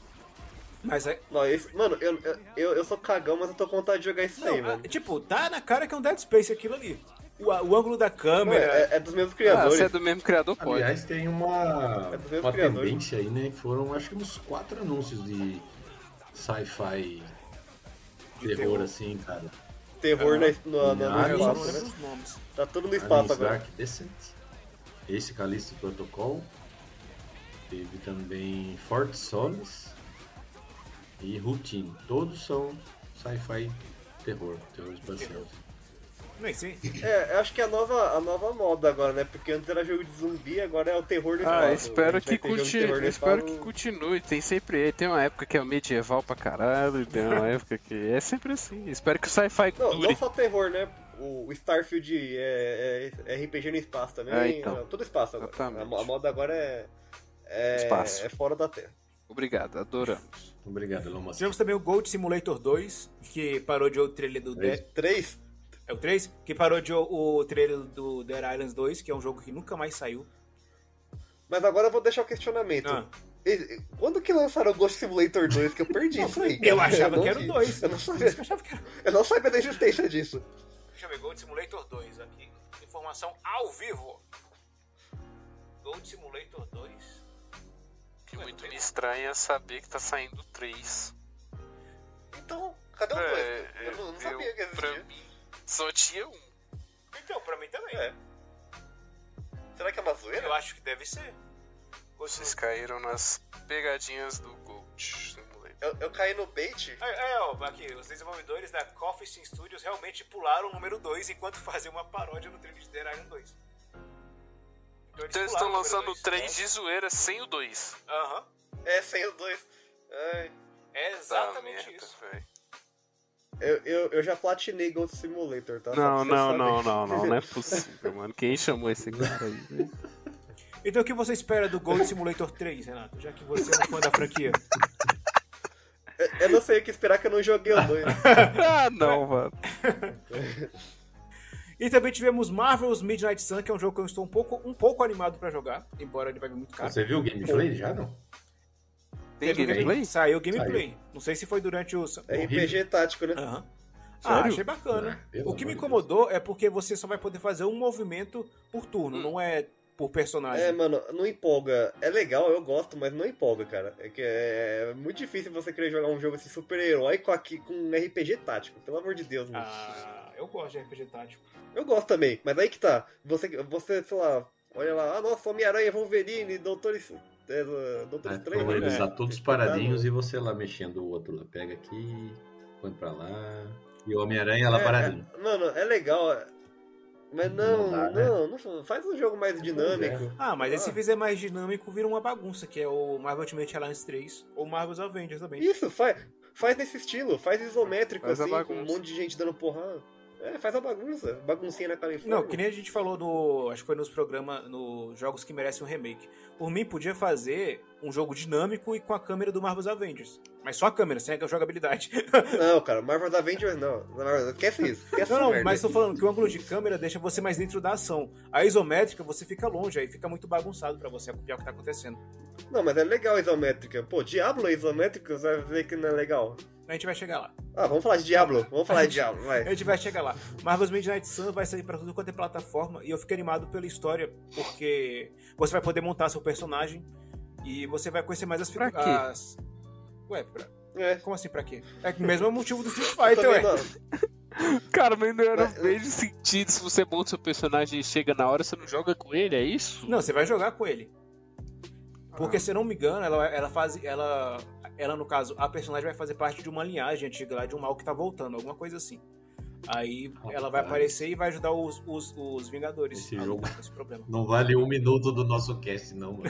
Mas é.
Não, esse- mano, eu, eu- eu, eu sou cagão, mas eu tô com vontade de jogar isso
Não,
aí,
ah,
é,
mano.
tipo, tá na cara que é um Dead Space aquilo ali. O, o ângulo da
Não,
câmera.
é, é dos mesmos
Ah,
criadores.
se é do mesmo criador, pode.
Aliás, tem uma,
É dos meus
uma
criadores.
tendência aí, né? Foram acho que uns quatro anúncios de sci-fi
De
terror,
terror.
assim, cara.
é
Terror na, no, no,
Ah,
eu
no
só não
espaço,
lembro
né?
os nomes.
Tá tudo no
Aliens
espaço agora.
Dark Descent. né? Esse Calixto Protocol. Teve também Fort Solace e Routine. Todos são sci-fi terror, terror espacial.
Nem sei.
É, eu acho que é a nova, a nova moda agora, né? Porque antes era jogo de zumbi, agora é o terror no espaço.
Ah,
A
espero
gente vai
que,
ter jogo de terror
continue,
no
espero
espaço.
que continue. Tem sempre tem uma época que é medieval pra caralho, tem
[LAUGHS]
uma época que é sempre assim. Espero que o sci-fi
Não, não
dure.
só terror, né? O o Starfield é, é- é RPG no espaço também.
É, então.
Não, Tudo espaço agora.
Exatamente.
A, mo- a moda agora é. É,
Espaço.
é fora da Terra.
Obrigado, adoramos.
Obrigado, Elon Musk.
Tivemos também o Gold Simulator 2, que parodiou o trailer
É
do Dead.
Três?
É o 3? Que parodiou o trailer do Dead Islands 2, que é um jogo que nunca mais saiu.
Mas agora eu vou deixar o questionamento.
Ah.
E- e- Quando que lançaram o Ghost Simulator 2? Que eu perdi isso aí.
Eu achava
não
que era o
vi.
2.
Eu não sabia.
[LAUGHS] Eu achava que era.
Eu não sabia da existência disso.
Deixa eu ver, Gold Simulator 2 aqui. Informação ao vivo. Gold Simulator 2.
O que muito me estranha é saber que tá saindo 3.
Então,
Cadê o
É,
dois? Eu não, não sabia que
pra
existia.
mim, só tinha um.
Então, pra mim também.
É. Será que é uma zoeira?
Eu acho que deve ser.
Vocês caíram nas pegadinhas do Gold Simulator.
Eu, eu caí no bait?
É, é, ó, aqui, os desenvolvedores da Coffee Steam Studios realmente pularam o número 2 enquanto [LAUGHS] faziam uma paródia no trailer de The Iron 2.
Então eles
pularam
estão
o número
lançando o
dois.
3 de zoeira sem o 2.
É, Aham.
É, sem os dois. Ai.
É exatamente isso.
Eu, eu, eu já platinei Gold Simulator, tá? Só
Não,
pra vocês
não, não,
saberem.
não, não, não é possível, mano. Quem chamou esse cara aí? velho?
Então o que você espera do Gold Simulator 3, Renato? Já que você é um fã da franquia.
Eu- Eu não sei o que esperar que eu não joguei o dois.
ah, não, mano.
E também tivemos Marvel's Midnight Sun, que é um jogo que eu estou um pouco, um pouco animado pra jogar, embora ele vai vir muito caro.
Você viu o gameplay já, não?
Tem
Teve um
gameplay?
Saiu gameplay. Não sei se foi durante o.
É RPG tático, né?
Aham. Ah,
Sério? É.
achei bacana.
Ah, pelo
o que me
amor de
incomodou é porque você só vai poder fazer um movimento por turno, não é por personagem.
É, mano, não empolga. É legal, eu gosto, mas não empolga, cara. É que é, é muito difícil você querer jogar um jogo assim super-heróico aqui com um RPG tático. Pelo amor de Deus, mano.
Ah, eu gosto de RPG tático.
Eu gosto também, mas aí que tá. Você, você sei lá, olha lá, ah, nossa, Homem-Aranha, Wolverine, Doutor, Es- é, Doutor
É,
Estranho.
pra eles
né?
a todos
tá
paradinhos e você lá mexendo o outro lá. Pega aqui, põe pra lá. E o Homem-Aranha lá
É,
paradinho.
é, mano, é legal. é. Mas não,
Não dá, né? É,
não, não, faz um jogo mais dinâmico.
Ah, mas aí se
Ah.
fizer mais dinâmico, vira uma bagunça, que é o Marvel Ultimate Alliance 3 ou Marvel's Avengers também.
Isso, faz, faz nesse estilo, faz isométrico,
Faz a
assim, com um
bagunça.
monte de gente dando porrada. É, faz a bagunça, baguncinha na Califórnia.
Não, que nem a gente falou no. Acho que foi nos programas, nos jogos que merecem um remake. Por mim, podia fazer um jogo dinâmico e com a câmera do Marvel's Avengers. Mas só a câmera, sem a jogabilidade.
Não, cara, Marvel's Avengers não. Marvel, esquece isso. Esquece essa
Não, não,
merda.
mas tô falando que o ângulo de câmera deixa você mais dentro da ação. A isométrica você fica longe, aí fica muito bagunçado pra você acompanhar o que tá acontecendo.
Não, mas é legal a isométrica. Pô, Diablo é isométrica, você vai ver que não é legal.
A gente vai chegar lá.
Ah, vamos falar de Diablo, vamos falar de Diablo,
A
vai.
gente vai chegar lá. Marvel's Midnight Sun vai sair pra tudo quanto é plataforma e eu fico animado pela história, porque você vai poder montar seu personagem e você vai conhecer mais as
Pra
figuras.
quê?
Ué, pra...
É.
como assim pra quê? É que mesmo é o motivo do Street
Eu
Fighter,
também
ué.
não-
Cara, mas não era
Mas-
bem de sentido se você monta seu personagem e chega na hora, você não joga com ele, é isso?
Não, você vai jogar com ele. Porque, se eu não me engano, ela, ela faz. Ela, ela, no caso, a personagem vai fazer parte de uma linhagem antiga lá, de um mal que tá voltando, alguma coisa assim. Aí ela vai
Rapaz.
aparecer e vai ajudar os, os, os Vingadores
Esse
a
jogo.
lutar com esse problema.
Não vale um minuto do nosso cast, não, mano.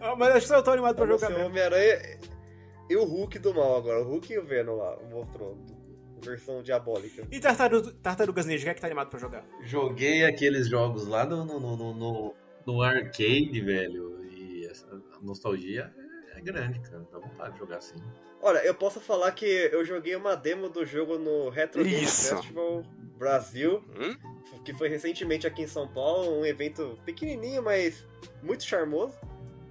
Ah, mas acho que eu tô animado pra
Vamos
jogar
ser
mesmo.
o Homem-Aranha e o Hulk do mal agora. O Hulk e o Venom lá, mostrou. Versão diabólica.
E Tartaru- Tartarugas Ninja, quem é que tá animado pra jogar?
Joguei aqueles jogos lá no, no, no, no- no, no arcade, velho. E essa a nostalgia é grande, cara. Dá vontade de jogar assim.
Olha, eu posso falar que eu joguei uma demo do jogo no Retro Game
Isso.
Festival Brasil,
Hum?
que foi recentemente aqui em São Paulo, um evento pequenininho, mas muito charmoso.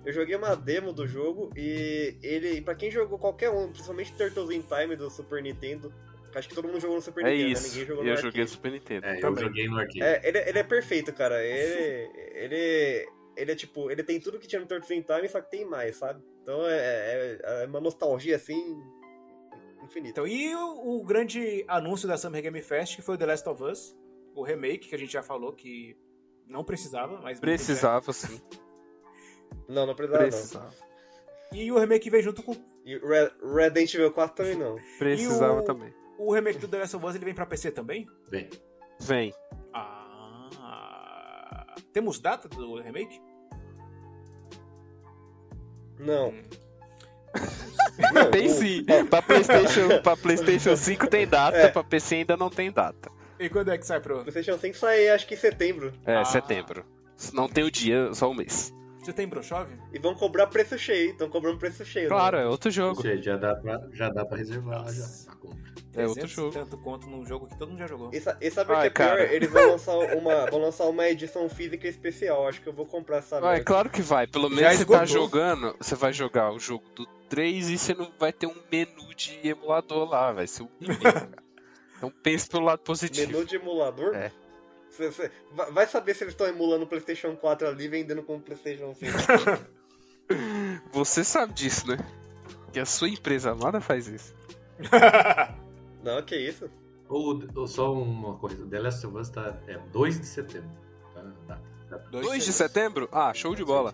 Eu joguei uma demo do jogo e ele, pra quem jogou qualquer um, principalmente Turtles in Time do Super Nintendo, acho que todo mundo jogou no Super
É
Nintendo, né?
isso.
ninguém
E
jogou
eu
no
joguei
arcade.
Super Nintendo.
É,
Também.
eu joguei no arcade.
É, ele, ele é perfeito, cara. Ele, ele, ele é tipo, ele tem tudo que tinha no Turtles in Time, só que tem mais, sabe? Então é, é- é uma nostalgia assim infinita.
Então, e o, o grande anúncio da Summer Game Fest, que foi o The Last of Us, o remake, que a gente já falou que não precisava, mas.
Precisava sim,
Não, não precisava não.
precisava.
E o remake veio junto com
E Re- Resident Evil 4 também não.
Precisava
E o-
também.
O remake do The Last of Us ele vem pra PC também?
É,
Bem,
Vem.
Ah. Temos data do remake?
Não. [LAUGHS]
Tem sim. É, Pra PlayStation, pra PlayStation 5 tem data,
É.
pra PC ainda não tem data.
E quando é que sai pro.
O PlayStation 5 sai acho que em setembro.
É,
Ah.
setembro. Não tem o dia, só o mês.
Você tem chove?
E vão cobrar preço cheio, estão cobrando preço cheio.
Claro,
né?
é outro
ou
jogo.
seja, já dá pra, já dá pra reservar lá já. Tá
Nossa.
a compra.
É outro
300 e
jogo.
Tanto quanto num jogo que todo mundo já jogou.
E, sa- e sabe o que
Ai,
é pior?
cara.
Eles vão lançar uma, vão lançar uma edição física especial. Acho que eu vou comprar essa
Ah, é
merda.
claro que vai. Pelo
Já
menos você tá
esgotou.
jogando, você vai jogar o jogo do 3 e você não vai ter um menu de emulador lá, vai ser um e-mail, cara. Então pense pelo lado positivo.
Menu
Tipo,
de emulador?
É.
Cê- cê- va- vai saber se eles estão emulando o PlayStation 4 ali e vendendo como PlayStation 5.
[LAUGHS]
Você sabe disso, né? Que a sua empresa amada faz isso.
Não, que isso?
Ou, ou só uma coisa, The Last of Us tá, é 2 de setembro. Tá, Data.
2 de setembro? Ah, show de bola.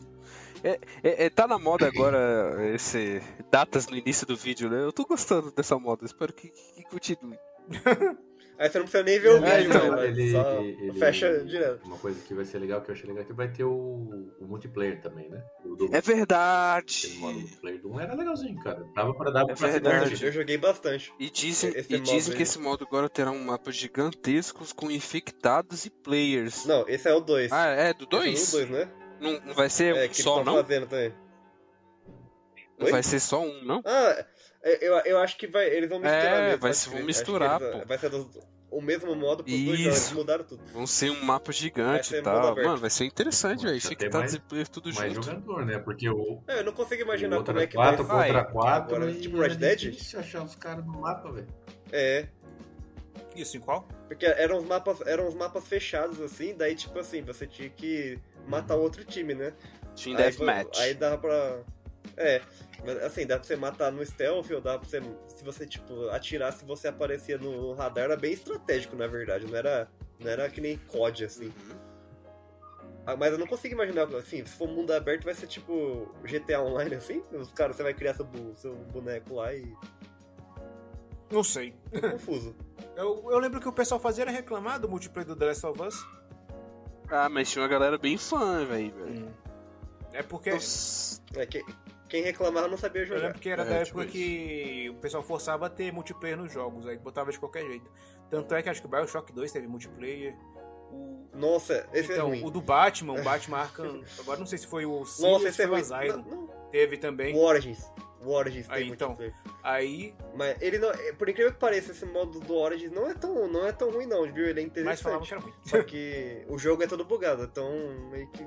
É, é- é- tá na moda agora [LAUGHS] esse datas no início do vídeo, né? Eu tô gostando dessa moda, espero que, que continue.
Aí você não precisa nem ver o
É,
vídeo,
então,
né?
ele,
só
ele-
fecha
ele-
direto.
Uma coisa que vai ser legal, que eu achei legal, é que vai ter o, o multiplayer também, né? O do,
É
aquele modo
verdade!
multiplayer do 1 era legalzinho, cara. Dava pra dar
É
pra se
verdade.
divertir.
Eu joguei bastante.
E dizem,
Esse
e
modo
dizem que
aí.
esse modo agora terá um mapa gigantescos com infectados e players.
Não, esse é o 2.
Ah, é do
Esse
2?
é o 2, né?
Não, não vai ser
É,
um
que eles
só,
estão
não?
fazendo também.
Não
Oi?
vai ser só um, não?
Ah, eu, eu acho que vai, eles vão misturar
É,
mesmo.
vai
pode
se- vão
crer.
misturar,
Acho que
pô.
Vai ser dos- o mesmo modo pros dois jogos,
Isso.
mudaram tudo.
Vão ser um mapa gigante
ser
e
mundo
tal.
aberto.
Mano, vai ser interessante,
Pô,
velho.
já tem
Infectados
mais-
e players tudo
Mais
junto.
jogador, né? Porque o,
É, eu não consigo
o
imaginar
outro
como é
é
que vai
4
vai.
contra 4.
Agora, tipo Red Dead?
É difícil achar os caras no mapa, velho.
É,
Isso, em qual?
porque eram os mapas, eram os mapas fechados assim, daí tipo assim, você tinha que matar o outro time, né?
Team
aí, vo-
Deathmatch.
Aí dava pra. É, mas assim, dá pra você matar no stealth ou dá pra você. Se você, tipo, atirar, se você aparecia no radar, era bem estratégico, na verdade. Não era, não era que nem COD, assim.
Uhum.
Ah, Mas eu não consigo imaginar, assim, se for mundo aberto, vai ser tipo GTA Online, assim? Os caras, você vai criar seu, bu- seu boneco lá e.
Não sei.
Tô confuso.
Eu, eu lembro que o pessoal fazia era reclamar do multiplayer do The Last of Us.
Ah, mas tinha uma galera bem fã, velho.
Hum.
velho.
É porque
Nossa.
É, que, quem reclamar não sabia
eu
jogar.
lembro que era
É,
da
tipo
época que o pessoal forçava a ter multiplayer nos jogos, aí botava de qualquer jeito. Tanto é que acho que o BioShock 2 teve multiplayer. O,
Nossa, esse é
então,
ruim.
o do Batman, o Batman Arkham, agora não sei se foi o Sirius
Nossa, esse é
ou
ruim.
o Asylum,
Não, não.
teve também.
O Origins. O Origins tem
Aí, então.
multiplayer.
Aí,
Mas ele não. é, Por incrível que pareça, esse modo do Origins não é tão, não é tão ruim não, viu? Ele é
mas falavam que
interessante.
era ruim.
Só que o jogo é todo bugado, então meio que.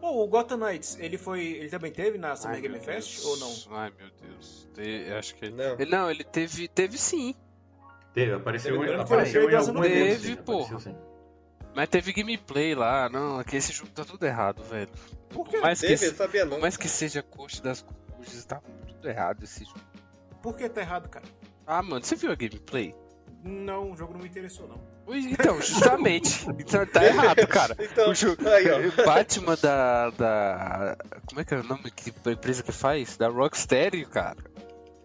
Ou Oh, o Gotham Knights, ele foi. Ele também teve na Summer
Ai,
Game
meu
Fest
Deus.
ou não?
Ai, meu Deus. Te- acho que ele...
Não.
Ele- Não, ele teve, teve sim.
Teve, apareceu,
Teve,
apareceu,
né?
em
Teve,
algum evento,
teve,
sim,
porra.
apareceu, sim.
Mas teve gameplay lá. Não, aqui esse jogo tá tudo errado,
[LAUGHS]
velho.
Por que,
Mas que,
Teve, eu sabia não.
por mais que seja coach das coaches, tá tudo errado esse jogo.
por que tá errado, cara?
Ah, mano, você viu a gameplay?
Não, o jogo não me interessou, não. [LAUGHS]
Pois Então, justamente. Então tá errado, cara.
Então,
o jogo-
aí, ó.
Batman da, da. Como é que é o nome que, da empresa que faz? Da Rocksteady, cara.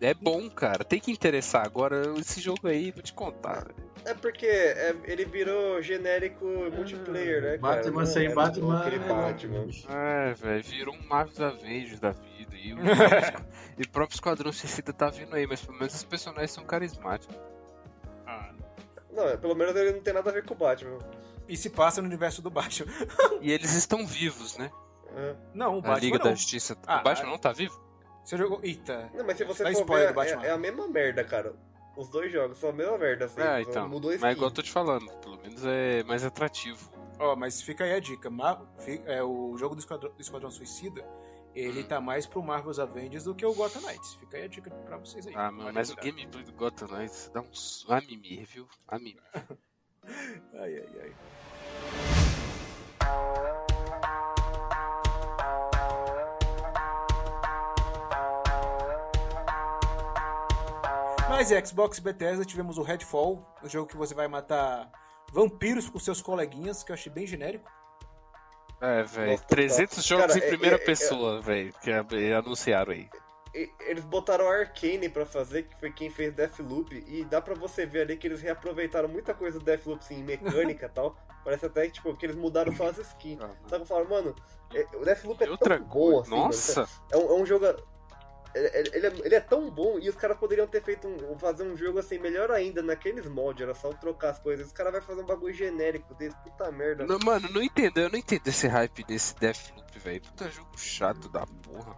É bom, cara. Tem que interessar. Agora, esse jogo aí, vou te contar.
É porque é, ele virou genérico multiplayer, né? cara?
Batman
Não
sem
era
Batman. né?
Aquele Batman.
É, velho, virou um Marvel Avengers da vida. E o próprio, esqua- e o próprio Esquadrão Suicida tá vindo aí, mas pelo menos os personagens são carismáticos.
Ah, Não, é, pelo menos ele não tem nada a ver com o Batman.
E se passa no universo do Batman.
E eles estão vivos, né?
É.
Não, o
A
Batman
Liga
não.
da Justiça.
Ah,
o Batman
ah.
não tá vivo?
Você jogou. Eita.
Não, mas se você
Dá
for
spoiler
ver,
do
é,
Batman.
é a mesma merda, cara. Os dois jogos são a mesma merda, assim.
é,
só
então.
Mudou a skin.
Mas igual eu tô te falando, pelo menos é mais atrativo.
Ó, mas fica aí a dica. Ma- fi- é, o jogo do Esquadrão, do Esquadrão Suicida, ele tá mais pro Marvel's Avengers do que o Gotham Knights. Fica aí a dica pra vocês aí.
Ah, mano,
Vale
mas o
lembrar.
gameplay do Gotham Knights dá um uns. A mimir, viu? A mimir.
Ai, ai, ai. Mas é, Xbox e Bethesda tivemos o Redfall, o jogo que você vai matar vampiros com seus coleguinhas, que eu achei bem genérico.
É, velho.
Nossa, tá.
300 jogos
Cara,
em
é-
primeira
é- Tá, é-
pessoa, velho, que ab- anunciaram aí.
E- Eles botaram a Arcane pra fazer, que foi quem fez Deathloop, e dá pra você ver ali que eles reaproveitaram muita coisa do Deathloop, assim, em mecânica e tal. Parece até que, tipo, que eles mudaram só as skins. Só que eu falo, mano, é- o Deathloop é
Ah, E outra
tão bom,
coisa.
tá assim, mano.
Nossa!
É um, é um jogo... Ele, ele é, ele é tão bom, e os caras poderiam ter feito um, fazer um jogo, assim, melhor ainda, naqueles moldes, era só trocar as coisas. Os caras vão fazer um bagulho genérico desse, puta merda.
Não, mano, não entendo, eu não entendo esse hype desse Deathloop, velho. Puta jogo chato da porra.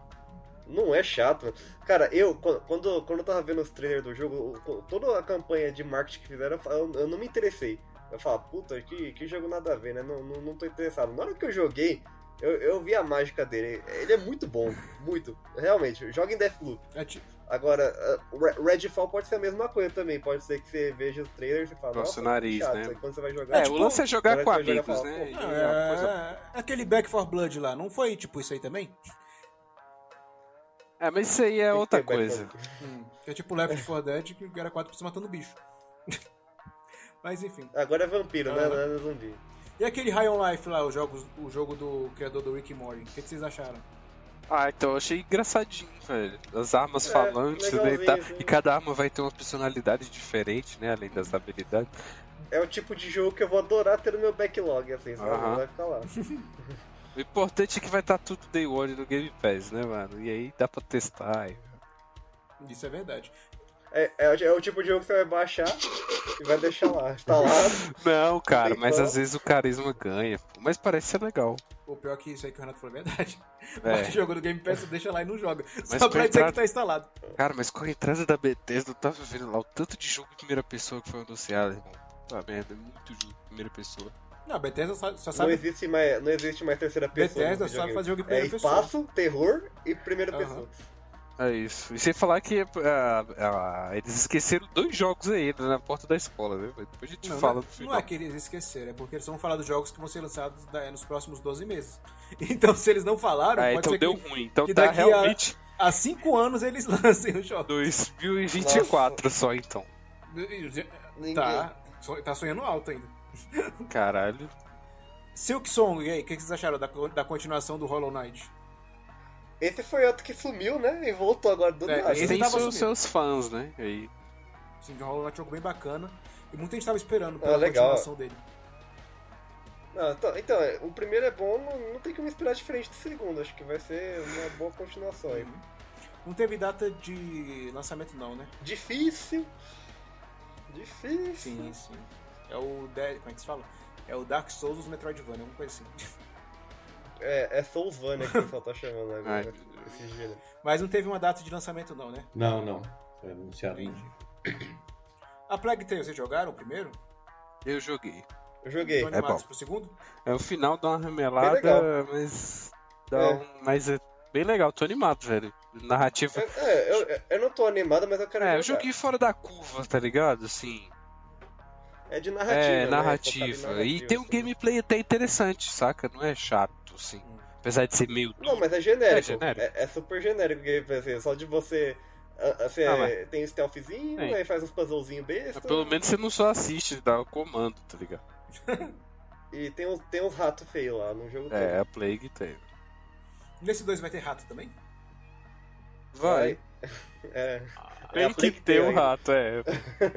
Não é chato, mano. Cara, eu, quando- quando, quando eu tava vendo os trailers do jogo, o- toda a campanha de marketing que fizeram, eu, eu não me interessei. Eu falava, puta, que, que jogo nada a ver, né? Não, não, não tô interessado. Na hora que eu joguei, eu, eu vi a mágica dele. Ele é muito bom, muito. Realmente, joga em Deathloop.
É ti-
Agora, uh, Re- Redfall pode ser a mesma coisa também. Pode ser que você veja os trailers e fala,
Coça o
nossa,
nariz,
que chato.
né?
Aí quando você vai jogar...
É, o lance é jogar
na hora
com
que tipo, você joga, Ah,
amigos, né?
fala, pô,
E
Não,
a coisa-
é- Aquele Back for Blood lá, não foi tipo isso aí também?
É, mas isso aí é outra
Tem que ter
coisa.
background.
Hum, que é tipo Left 4 Dead, que era quatro pessoas matando bicho. [LAUGHS] Mas enfim.
Agora é vampiro, né?
Ah.
Não é zumbi.
E aquele High on Life lá, o, jogos, o jogo do criador do Rick and Morty, o que, que vocês acharam?
Ah, então eu achei engraçadinho, velho. As armas falantes, né? E,
É, legalzinho,
tal.
assim.
e cada arma vai ter uma personalidade diferente, né? Além das habilidades.
É o tipo de jogo que eu vou adorar ter no meu backlog, assim, sabe?
Aham.
Vai ficar lá.
O importante é que vai estar tudo day one no Game Pass, né, mano? E aí dá pra testar. e-
Isso é verdade.
É, é o- é o tipo de jogo que você vai baixar e vai deixar lá,
[LAUGHS]
instalado.
Não, cara,
Tem
mas
como.
às vezes o carisma ganha. pô. Mas parece ser legal.
O pior é que isso aí que o Renato falou é verdade. [LAUGHS] Baixa o
É.
jogo do Game Pass, deixa lá e não joga.
Mas
Só
pra
pra dizer
entrar-
que tá instalado.
Cara, mas com a entrada da Bethesda, eu tava vendo lá o tanto de jogo em primeira pessoa que foi anunciado, irmão. Tá merda, é muito jogo em primeira pessoa.
Não, a Bethesda só, só
Não
sabe.
existe, mais, não existe mais terceira pessoa. no
Bethesda sabe
videogame.
fazer jogo em primeira
é
pessoa.
espaço, terror e primeira
Aham.
pessoa.
É isso. E sem falar que ah, ah, eles esqueceram dois jogos ainda na porta da escola, né? Mas Depois a gente
Não,
fala
não,
no
é-
final.
não é que eles esqueceram, é porque eles vão falar dos jogos que vão ser lançados da- nos próximos 12 meses. [LAUGHS] Então, se eles não falaram,
Ah,
pode
então
ser
deu
que
ruim. Então
que
tá
daqui a-
realmente
há 5 anos eles [LAUGHS] lancem o jogo.
2024 só então.
Ninguém.
Tá, so- tá sonhando alto ainda.
Caralho.
Silk Song, e aí, o que que vocês acharam da, co- da continuação do Hollow Knight?
Esse foi outro que sumiu, né? E voltou agora do
É,
nada.
esse
Tem
tava
seus,
sumido.
seus fãs, né? Aí.
Sim, o Hollow Knight é um jogo bem bacana. E muita gente tava esperando pela
Ah, legal.
continuação dele.
Não, então, então, é, o primeiro é bom, não, não tem como esperar diferente do segundo. Acho que vai ser uma boa continuação aí.
Não teve data de lançamento não, né?
Difícil. Difícil.
Sim, sim. É o... Dead- Como é que se fala? É o Dark Souls dos Metroidvania, alguma coisa assim. [LAUGHS]
É, é Soulsvania que o pessoal tá chamando
[LAUGHS]
agora.
Ai.
esse gênero.
Mas não teve uma data de lançamento não, né?
Não, não. É um Foi anunciado.
A Plague Tale, vocês jogaram o primeiro?
Eu joguei.
Eu joguei.
Estão animados
bom.
pro segundo?
É o final dá uma
Bem
remelada,
legal.
mas. Dá
É.
um- Mas é bem legal, tô animado, velho. Narrativa.
É, é, eu, eu- eu não tô animado, mas eu quero
É, eu
jogar.
joguei fora da curva, tá ligado? Assim.
É de narrativa.
É,
né?
narrativa.
Focado em
E tem um
assim.
gameplay até interessante, saca? Não é chato, assim. Apesar de ser meio
Hum. Não,
duro.
mas é genérico.
É genérico.
É, é super genérico o gameplay, assim, só de você. ah, ah, Você
Ah, mas-
tem um stealthzinho,
Tem.
aí faz uns puzzlezinhos besta.
Ah, Pelo menos você não só assiste, dá o comando, tá ligado?
E tem uns, tem uns ratos feios lá no jogo
É, a Plague tem.
Nesse 2 vai ter rato também?
todo.
Vai.
[LAUGHS] É.
Tem
a
que
Plague
ter
Tale
o
ainda.
rato, é.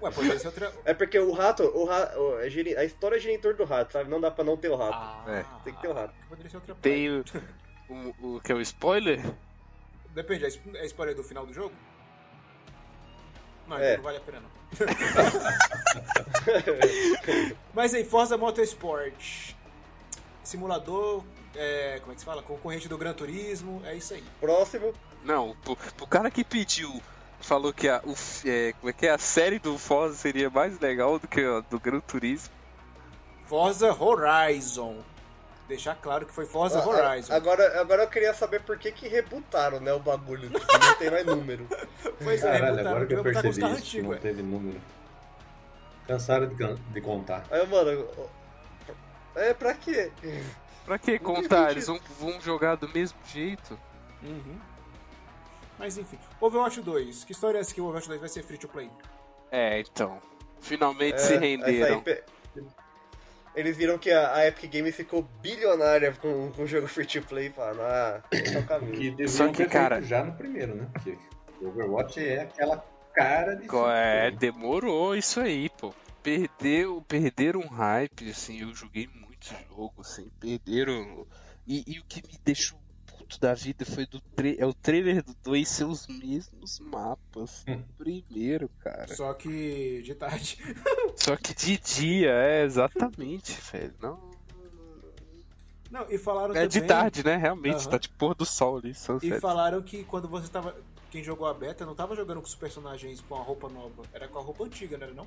Ué, poderia ser outra...
É porque o rato, o ra- o- é gira- a história gira em torno do rato, sabe? Não dá pra não ter o rato.
É.
Tem que ter o rato.
Ah, Poderia ser outra
Tem o, o, o que é o spoiler?
Depende, é spo- é spoiler do final do jogo? Não,
É.
então não vale a pena não. [LAUGHS] Mas aí, Forza Motorsport. Simulador, é, como é que se fala? Concorrente do Gran Turismo, é isso aí.
Próximo,
Não, pro, pro cara que pediu, falou que a, o, f- é, como é que é? a série do Forza seria mais legal do que a do Gran Turismo.
Forza Horizon. Deixar claro que foi Forza
Ah, ah,
Horizon.
Agora, agora eu queria saber por que que rebutaram, né, o bagulho. Tipo, não tem mais número.
pois é,
Caralho,
botaram-
agora que eu
botaram
percebi
carros
isso, que não
antigos,
teve número. Cansaram de, can- de contar.
Aí, mano... eu- É, pra quê?
Pra que
Não tem
contar? Eles vão, vão jogar do mesmo jeito?
é. Uhum. Mas enfim, Overwatch 2. Que história é essa que o Overwatch 2 vai ser free to play?
É, então. Finalmente
É,
se
essa aí
renderam.
pe- Eles viram que a, a Epic Games ficou bilionária com, com o jogo free-to-play e falaram, ah, esse é o caminho.
Que deviam
Só que,
ter feito
cara-
já no primeiro, né? Porque Overwatch é aquela cara de.
Co- É, demorou isso aí, pô. Perdeu, perderam um hype, assim, eu joguei muito jogo, assim, perderam. E, e o que me deixou puto da vida foi do tra- é o trailer do 2 ser os mesmos mapas do primeiro,
É.
cara.
Só que de tarde.
Só que de dia, é exatamente, velho. Não.
Não, e falaram
É
também...
de tarde, né? Realmente,
Aham.
tá de pôr do sol ali,
E
sunset.
falaram que quando você tava. Quem jogou a beta não tava jogando com os personagens com a roupa nova, era com a roupa antiga, não era não?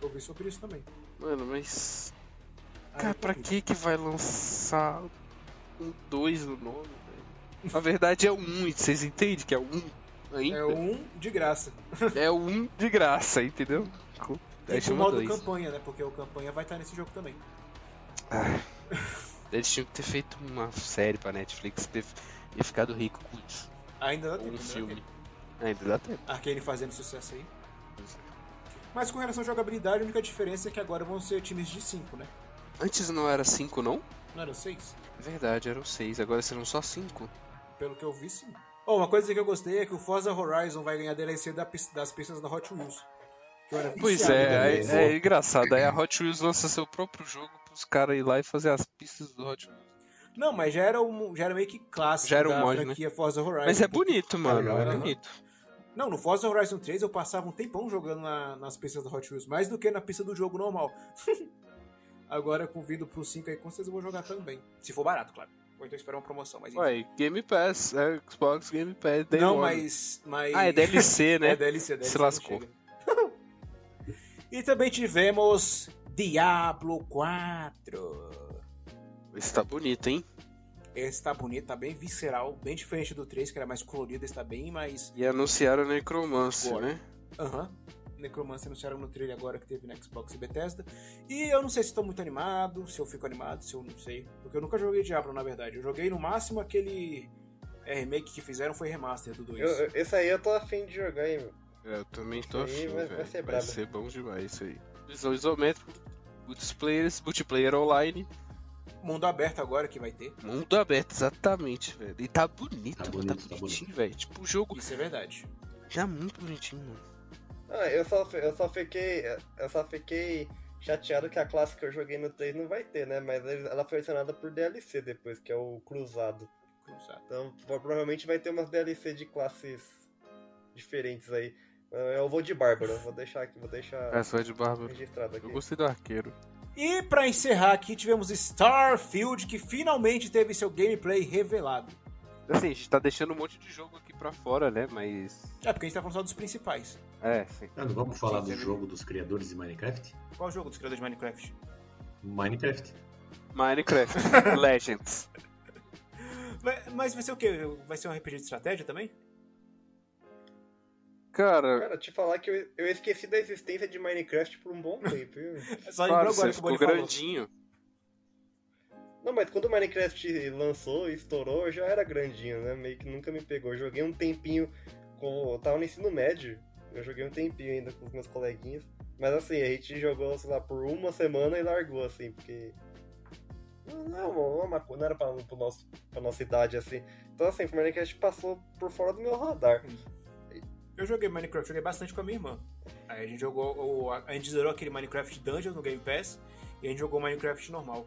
Eu vi sobre isso também.
Mano, mas
Aí
Cara,
eu
pra
vi.
que que vai lançar um 2 no nome, velho? Na verdade é o 1, um, vocês entendem que é o 1 ainda?
É um de graça.
É o 1 um de graça, entendeu?
E
Aí
pro
chama
modo
2.
campanha, né? Porque o campanha vai estar nesse jogo também.
Eles tinham que ter feito uma série pra Netflix, ter... ia ficado rico com isso.
Ainda dá
Ou
tempo.
um
né?
filme. É, Ainda dá tempo.
Arcane fazendo sucesso aí.
é.
Mas com relação à jogabilidade, a única diferença é que agora vão ser times de 5, né?
Antes não era 5, não? É
Não eram 6?
Verdade, eram 6. Agora serão só 5.
Pelo que eu vi, sim. Oh, uma coisa que eu gostei é que o Forza Horizon vai ganhar DLC da pis- das pistas da Hot Wheels. Que eu era
Pois
viciado
é,
em
é, é engraçado. Aí a Hot Wheels lança seu próprio jogo pros caras ir lá e fazer as pistas do Hot Wheels.
Não, mas já era, um, já era meio que clássico
Já era um
da
mod, né?
franquia Forza Horizon.
Mas é bonito, mano.
legal,
É
né?
bonito.
Não, no Forza Horizon 3 eu passava um tempão jogando na- nas pistas da Hot Wheels, mais do que na pista do jogo normal. [LAUGHS] Agora com vindo pro 5 aí, com certeza eu vou jogar também. Se for barato, claro. Ou então esperar uma promoção, mas enfim.
Ué, Game Pass, é Xbox Game Pass, Day
Não,
One.
mas, mas.
Ah,
[LAUGHS]
é
[LAUGHS]
DLC, né?
É DLC, DLC.
Se lascou.
não chega. [LAUGHS] e também tivemos Diablo 4.
Esse tá bonito, hein?
Esse tá bonito, tá bem visceral, bem diferente do 3, que era mais colorido, esse tá bem mais.
E anunciaram Necromancer,
Agora.
né?
Aham. Necromancer anunciaram no trailer agora que teve na Xbox e Bethesda. E eu não sei se tô muito animado, se eu fico animado, se eu não sei. Porque eu nunca joguei Diablo, na verdade. Eu joguei no máximo aquele é, remake que fizeram foi remaster do 2.
Eu, eu- esse aí eu tô afim de jogar, hein, meu.
É, Eu também tô
Isso aí
afim,
vai- vai
velho.
ser
Vai
brabo.
ser bom demais isso aí. Visão isométrica, multiplayer, multiplayer online,
Mundo aberto agora que vai ter.
mundo aberto, exatamente, velho. E tá bonito,
Tá
mano,
bonito,
tá
tá
bonitinho, velho. Tipo, o jogo
Isso é verdade.
tá muito bonitinho, mano.
Ah, eu só, eu só fiquei. Eu só fiquei chateado que a classe que eu joguei no 3 não vai ter, né? Mas eles- ela foi adicionada por DLC depois, que é o Cruzado.
Cruzado.
Então pro- provavelmente vai ter umas DLC de classes diferentes aí. Ah, Eu vou de Bárbara, vou deixar aqui, vou deixar
Essa é de Bárbaro.
registrado aqui.
Eu gostei do arqueiro.
E pra encerrar aqui, tivemos Starfield, que finalmente teve seu gameplay revelado.
Assim, a gente tá deixando um monte de jogo aqui pra fora, né? Mas.
É, porque a gente tá falando só dos principais.
É, sim.
Ah, não vamos falar
Sim,
do
teve-
jogo dos criadores de Minecraft?
Qual o jogo dos criadores de Minecraft?
Minecraft.
[LAUGHS]
Minecraft Legends.
Vai- Mas vai ser o quê? Vai ser um RPG de estratégia também?
Cara,
Cara, te falar que eu, eu esqueci da existência de Minecraft por um bom tempo, viu?
É Só lembrou
parça,
agora que o
ficou
Boni falou.
grandinho.
Não, mas quando o Minecraft lançou, estourou, eu já era grandinho, né? Meio que nunca me pegou. Eu joguei um tempinho com. Eu tava no ensino médio. Eu joguei um tempinho ainda com os meus coleguinhas. Mas assim, a gente jogou, sei lá, por uma semana e largou, assim, porque. Não, não, é uma- uma co- não era pra, pro nosso, pra nossa idade, assim. Então assim, o Minecraft passou por fora do meu radar.
Eu joguei Minecraft, joguei bastante com a minha irmã. Aí a gente jogou. o- A gente zerou aquele Minecraft Dungeons no Game Pass e a gente jogou Minecraft normal.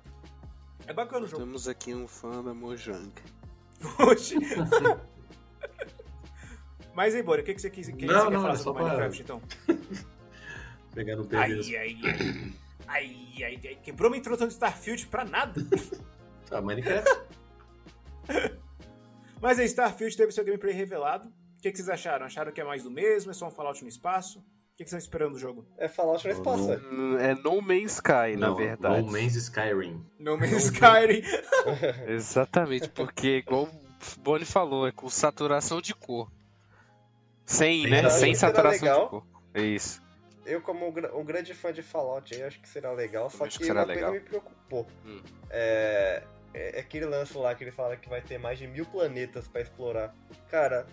É bacana o jogo.
Temos aqui um fã da Mojang.
Oxi. [LAUGHS] Mas aí, Bora, o que, que você quis, que
Não,
você quer
não,
falar
é só
sobre
pra-
Minecraft então?
Pegar no
Ai,
pé deles.
ai, ai. Ai, ai, ai. Quebrou minha introdução de Starfield pra nada.
Ah, Minecraft.
Mas aí, Starfield teve seu gameplay revelado. O que, que vocês acharam? Acharam que é mais do mesmo? É só um Fallout no espaço? O que, que vocês estão esperando do jogo?
É Fallout no
Não,
espaço,
não.
é.
Hum, É No Man's Sky, na verdade.
No Man's Skyrim.
No [LAUGHS] Man's Skyrim.
[LAUGHS] Exatamente, porque igual o Boni falou, é com saturação de cor. Sem, né?
Então,
Sem
isso era
saturação de
legal.
cor. É isso.
Eu, como um gra- um grande fã de Fallout, aí, acho que será legal, só
Também acho
que,
que será
uma
legal.
coisa me preocupou.
Hum.
É, é aquele lance lá que ele fala que vai ter mais de mil planetas pra explorar. Cara,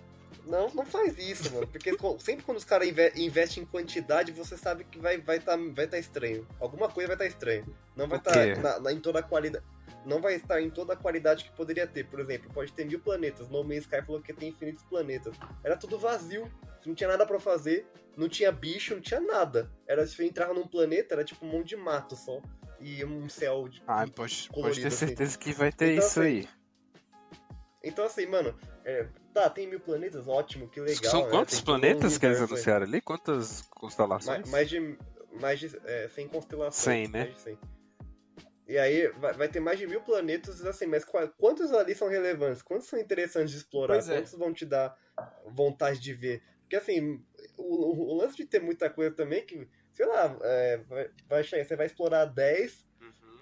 não, não faz isso, mano. Porque co- sempre quando os caras inve- investem em quantidade, você sabe que vai vai tá, vai tá estranho. Alguma coisa vai estar tá estranha. Não vai
O quê?
estar em toda a qualidade. Não vai estar em toda a qualidade que poderia ter. Por exemplo, pode ter mil planetas. No Man's Sky falou que tem infinitos planetas. Era tudo vazio. Não tinha nada pra fazer. Não tinha bicho, não tinha nada. Era se você entrava num planeta, era tipo um monte de mato só. E um céu de
Ah, pode, pode
Colorido,
ter
assim.
certeza que vai ter
Então,
isso
assim,
aí.
Então, assim, mano, é, tá, tem mil planetas, ótimo, que legal.
São
né?
quantos
Tem todo um
planetas que eles
universo aí.
anunciaram ali? Quantas
Ma-
constelações?
Mais, de, mais de é, 100 constelações.
100, né?
mais de 100. E aí, vai, vai ter mais de mil planetas, assim, mas qua- quantos ali são relevantes? Quantos são interessantes de explorar?
Pois é.
Quantos vão te dar vontade de ver? Porque, assim, o, o- o lance de ter muita coisa também, que, sei lá, é, vai, vai, chegar- você vai explorar 10,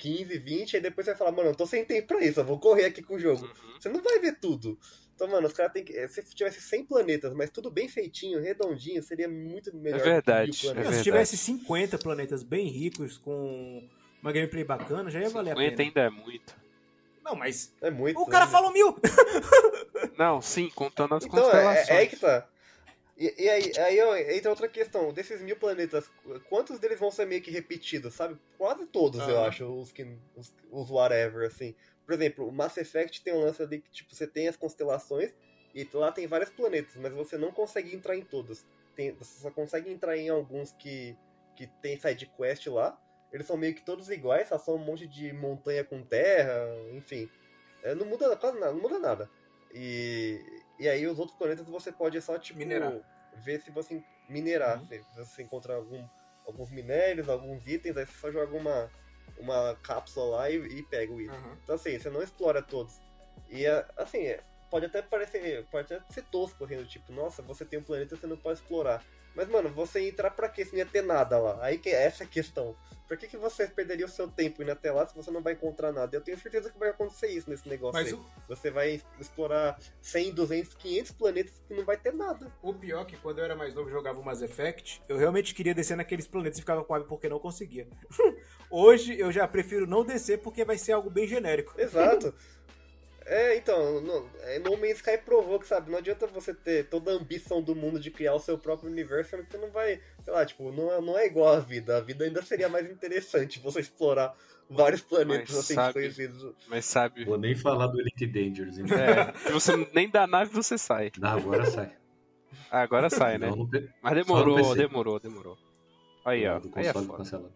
15, 20, aí depois você vai falar, mano, eu tô sem tempo pra isso, eu vou correr aqui com o jogo. Você não vai ver tudo. Então, mano, os caras têm que. eh, Se tivesse 100 planetas, mas tudo bem feitinho, redondinho, seria muito melhor. do que
verdade,
mil planetas.
É
se
verdade.
tivesse 50 planetas bem ricos com uma gameplay bacana, já ia valer a
50
pena.
ainda é muito.
Não, mas
É muito.
o cara
né?
falou mil.
Não, sim, contando as
Então, é,
constelações.
é aí que tá. E, e aí, aí ó, entra outra questão. Desses mil planetas, quantos deles vão ser meio que repetidos, sabe? Quase todos, eu
Aham.
acho, os que. Os, os whatever, assim. Por exemplo, o Mass Effect tem um lance ali que, tipo, você tem as constelações e lá tem vários planetas, mas você não consegue entrar em todos. Tem- você só consegue entrar em alguns que, que tem side quest lá. Eles são meio que todos iguais, só são um monte de montanha com terra, enfim. É, não muda quase nada, não muda nada. E, e aí os outros planetas você pode só, tipo,
Minerar.
ver se você en- minerar,
Uhum.
se você encontrar algum, alguns minérios, alguns itens, aí você só joga uma, uma cápsula lá e, e pega o item.
Aham.
Então assim, você não explora todos. E é, assim, é, pode até parecer. Pode até ser tosco, assim, do tipo, nossa, você tem um planeta você não pode explorar. Mas, mano, você entrar pra quê se não ia ter nada lá? Aí que é essa a questão. Por que, que você perderia o seu tempo indo até lá se você não vai encontrar nada? Eu tenho certeza que vai acontecer isso nesse negócio
Mas
aí.
o,
Você vai explorar 100, 200, 500 planetas que não vai ter nada.
o pior é que quando eu era mais novo e jogava o Mass Effect, eu realmente queria descer naqueles planetas e ficava com raiva porque não conseguia. [LAUGHS] Hoje eu já prefiro não descer porque vai ser algo bem genérico.
[LAUGHS] Exato. É, então, no, é, no Man's Sky provou que, sabe, não adianta você ter toda a ambição do mundo de criar o seu próprio universo, sendo que você não vai, sei lá, tipo, não é, não é igual a vida. A vida ainda seria mais interessante você explorar vários planetas
Mas
assim
sabe-
desconhecidos.
Mas sabe.
Vou nem falar do Elite Dangerous, então.
É, se você nem dá nave, você sai.
Não, agora sai.
Ah, agora [LAUGHS] sai, né?
Não, não tem-
Mas
Só no
demorou,
PC.
demorou, demorou. Aí, ó.
do
Aí é
console
foda. é
cancelado.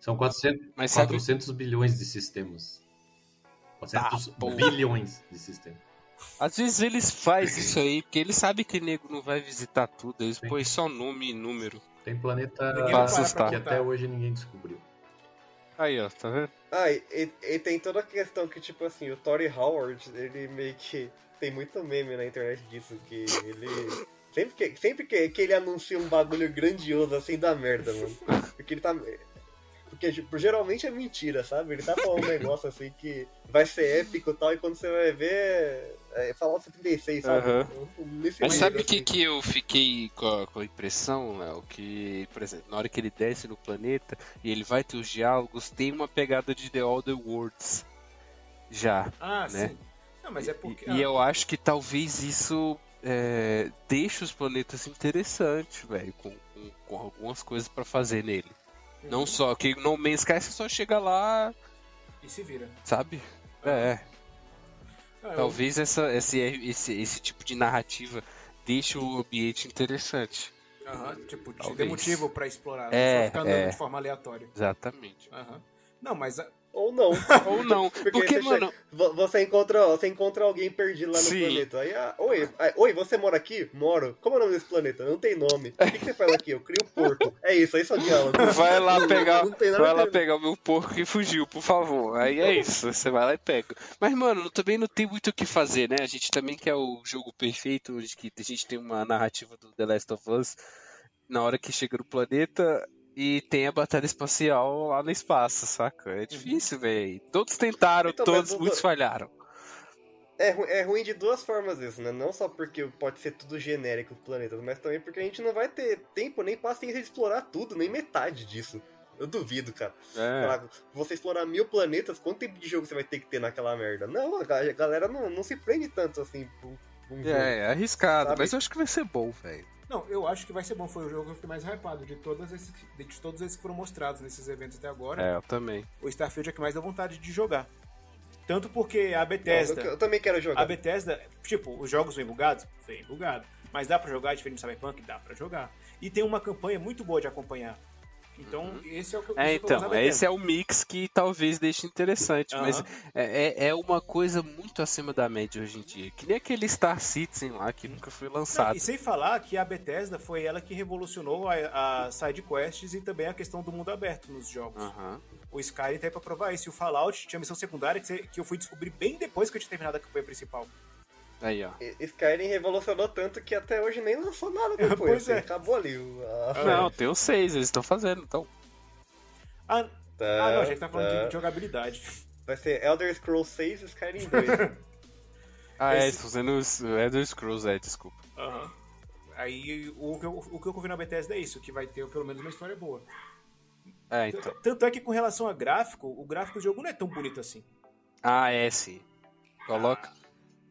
São 400,
Mas sabe,
400 bilhões de sistemas. 400
Ah, porra.
bilhões de sistemas.
às vezes eles fazem isso aí, porque eles sabem que nego não vai visitar tudo, eles
Sim.
põem só nome e número.
Tem planeta
Ninguém vai parar
Pra assustar.
que
contar.
até hoje ninguém descobriu.
Aí, ó, tá vendo?
Ah, e, e- e tem toda a questão que, tipo assim, o Tory Howard, ele meio que. Tem muito meme na internet disso, que ele. Sempre que, sempre que, que ele anuncia um bagulho grandioso assim dá merda, mano. Porque ele tá. Porque tipo, geralmente é mentira, sabe? Ele tá falando um negócio assim que vai ser épico e tal, e quando você vai ver. É Fallout 36, sabe?
Aham. Mas
Nesse nível,
sabe o que,
assim.
que eu fiquei com a, com a impressão, Léo? Que, por exemplo, na hora que ele desce no planeta e ele vai ter os diálogos, tem uma pegada de The Other Worlds já.
Ah,
Né?
sim. Não, mas é porque.
E, e eu acho que talvez isso é, deixe os planetas interessantes, velho, com, com- com algumas coisas pra fazer nele. Não só que no Man's Sky você só chega lá,
E se vira.
sabe? É,
Ah, eu-
talvez essa, esse, esse, esse tipo de narrativa deixe o ambiente interessante.
Aham, tipo, te dê
Talvez.
motivo pra explorar, né?
É,
só ficar andando
é.
de forma aleatória.
Exatamente.
Aham. Não, mas a-
Ou não.
Ou não,
[LAUGHS] Porque
porque,
você
mano,
Vo- Você encontra, você encontra alguém perdido lá no
Sim.
planeta. Aí, ah, oi, ah, oi, você mora aqui? Moro. Como é o nome desse planeta? Não tem nome. O que, que você faz aqui? Eu crio porco. É isso, é isso o diálogo.
[LAUGHS] vai lá
Não-
pegar,
Não tem nada
vai
a
lá
ver.
pegar o meu porco e fugiu, por favor. Aí é isso, você vai lá e pega. Mas mano, também não tem muito o que fazer, né? A gente também quer o jogo perfeito, onde que a gente tem uma narrativa do The Last of Us na hora que chega no planeta e tem a batalha espacial lá no espaço, saca? É difícil, velho. Todos tentaram,
Uhum. Então, mas
todos,
não-
muitos falharam.
É, ru- é ruim de duas formas isso, né? Não só porque pode ser tudo genérico os planetas, mas também porque a gente não vai ter tempo nem paciência de explorar tudo, nem metade disso. Eu duvido, cara. Sei
É.
lá, você explorar mil planetas, quanto tempo de jogo você vai ter que ter naquela merda? Não, a ga- a galera não, não se prende tanto assim pra um pra um jogo.
É, é arriscado,
Sabe?
mas eu acho que vai ser bom, velho.
Não, eu acho que vai ser bom. Foi o jogo que eu fiquei mais hypado de, todas esses, de todos esses que foram mostrados nesses eventos até agora.
É, eu também.
O Starfield é que mais dá vontade de jogar. Tanto porque a
Eu, eu-
Bethesda.
eu também quero
A
jogar.
Bethesda, tipo, os jogos vêm bugados? Vem bugado. Mas dá pra jogar, diferente do Cyberpunk? Dá pra jogar. E tem uma campanha muito boa de acompanhar. Então,
Uhum.
esse é o que eu
É,
isso que eu gosto
então,
da Bethesda.
esse é o mix que talvez deixe interessante, mas
Aham.
é, é- é uma coisa muito acima da média hoje em dia. Que nem aquele Star Citizen lá que nunca foi
Não,
lançado.
E sem falar que a Bethesda foi ela que revolucionou a, a side quests e também a questão do mundo aberto nos jogos.
Ah.
Aham.
O Skyrim tá aí pra provar isso. E o Fallout tinha missão secundária que, você- que eu fui descobrir bem depois que eu tinha terminado a campanha principal.
Aí, ó.
E- Skyrim revolucionou tanto que até hoje nem
[LAUGHS]
lançou nada depois.
Pois
assim,
é.
Acabou ali. o- a- a-
Não, tem os seis, eles estão fazendo, então.
Ah,
Tá,
ah, não, a gente tá falando
tá.
de jogabilidade.
Vai ser Elder Scrolls 6 e
[LAUGHS]
Skyrim 2.
Ah, é,
Esse-
eles estão fazendo os Elder Scrolls, é, desculpa.
Aham. Aí o que, eu, o que eu ouvi na Bethesda é isso, que vai ter pelo menos uma história boa.
É, então.
Tanto é que com relação a gráfico, o gráfico do jogo não é tão bonito assim.
Ah, é sim. Coloca,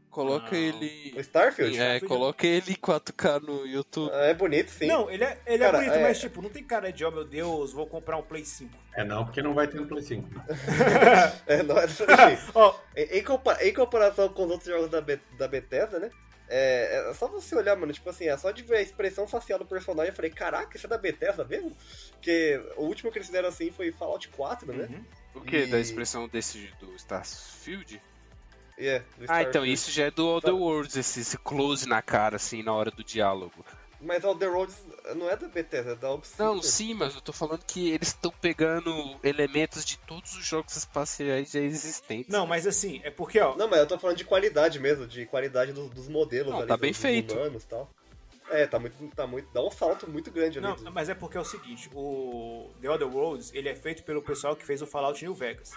coloca
Não.
ele.
O Starfield?
É, coloca ele 4K no YouTube.
Ah, É bonito, sim.
Não, ele é, ele é
Cara,
bonito,
é-
mas tipo, não tem cara de, ó, meu Deus, vou comprar um Play 5.
É não, porque não vai ter no Play 5.
É, não é desse jeito.
Ó,
Em, em compa- em comparação com os outros jogos da, Be- da Bethesda, né? É, é só você olhar, mano, tipo assim, é só de ver a expressão facial do personagem, eu falei, caraca, isso é da Bethesda mesmo? Porque o último que eles fizeram assim foi Fallout 4,
Uhum.
né?
O que?
E-
Da expressão desse do Starfield?
E é, do
Ah, então
Starfield.
isso já é do
Tá.
Other Worlds, esse, esse close na cara, assim, na hora do diálogo.
Mas Elder Roads não é da Bethesda, é da Obsidian.
Não, sim, mas eu tô falando que eles estão pegando elementos de todos os jogos espaciais já existentes.
não, mas assim, é porque, ó,
Não, mas eu tô falando de qualidade mesmo, de qualidade do- dos modelos
Não,
ali,
tá
dos,
bem
dos
feito.
humanos e tal. É, tá muito, tá muito, dá um salto muito grande ali.
Não,
do-
mas é porque é o seguinte, o The Other Worlds, ele é feito pelo pessoal que fez o Fallout New Vegas.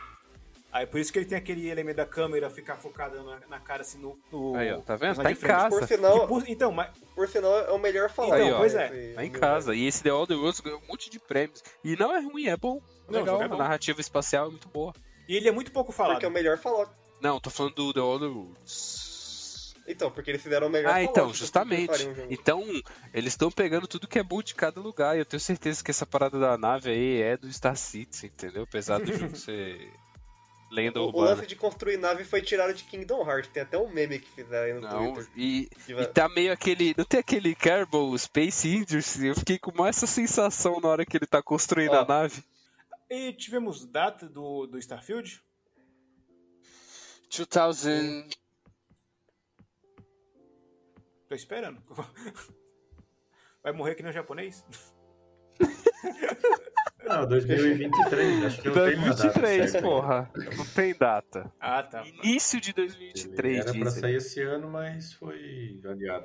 Aí por isso que ele tem aquele elemento da câmera ficar focada na, na cara assim no, no-
Aí, ó, tá vendo?
na
Tá
de
em
frente.
casa.
por
Que
sinal,
por- então, mas
por sinal, é o melhor Fallout.
Aí, ó.
pois é.
esse
Tá em
meu-
casa. E esse The Elder Worlds ganhou um monte de prêmios. E não é ruim, é bom. É
Não,
legal,
o jogo é
a
bom.
narrativa espacial é muito boa.
e ele é muito pouco falado.
Porque é o melhor Fallout.
Não, tô falando do The Elder Worlds.
Então, porque eles fizeram o melhor
Ah,
Fallout.
então,
porque
justamente.
eles fariam um jogo.
Então, eles estão pegando tudo que é bom de cada lugar. E eu tenho certeza que essa parada da nave aí é do Star Citizen, entendeu? Apesar do
[LAUGHS]
jogo ser lenda
O, o
urbana.
lance de construir nave foi tirado de Kingdom Hearts. Tem até um meme que fizeram aí no
Não,
Twitter. É.
e,
Que vai-
e tá meio aquele. Não tem aquele Kerbal Space Industry? Eu fiquei com mais essa sensação na hora que ele tá construindo
Ó.
a nave.
E tivemos data do, do Starfield?
2000.
Tô esperando. [LAUGHS] Vai morrer que nem o japonês? [LAUGHS]
Não, 2023, acho que não tem uma data
2023,
certa.
porra. Não tem data.
Ah, tá.
Início de
Era
2023,
pra
dizem.
sair esse ano, mas foi adiado.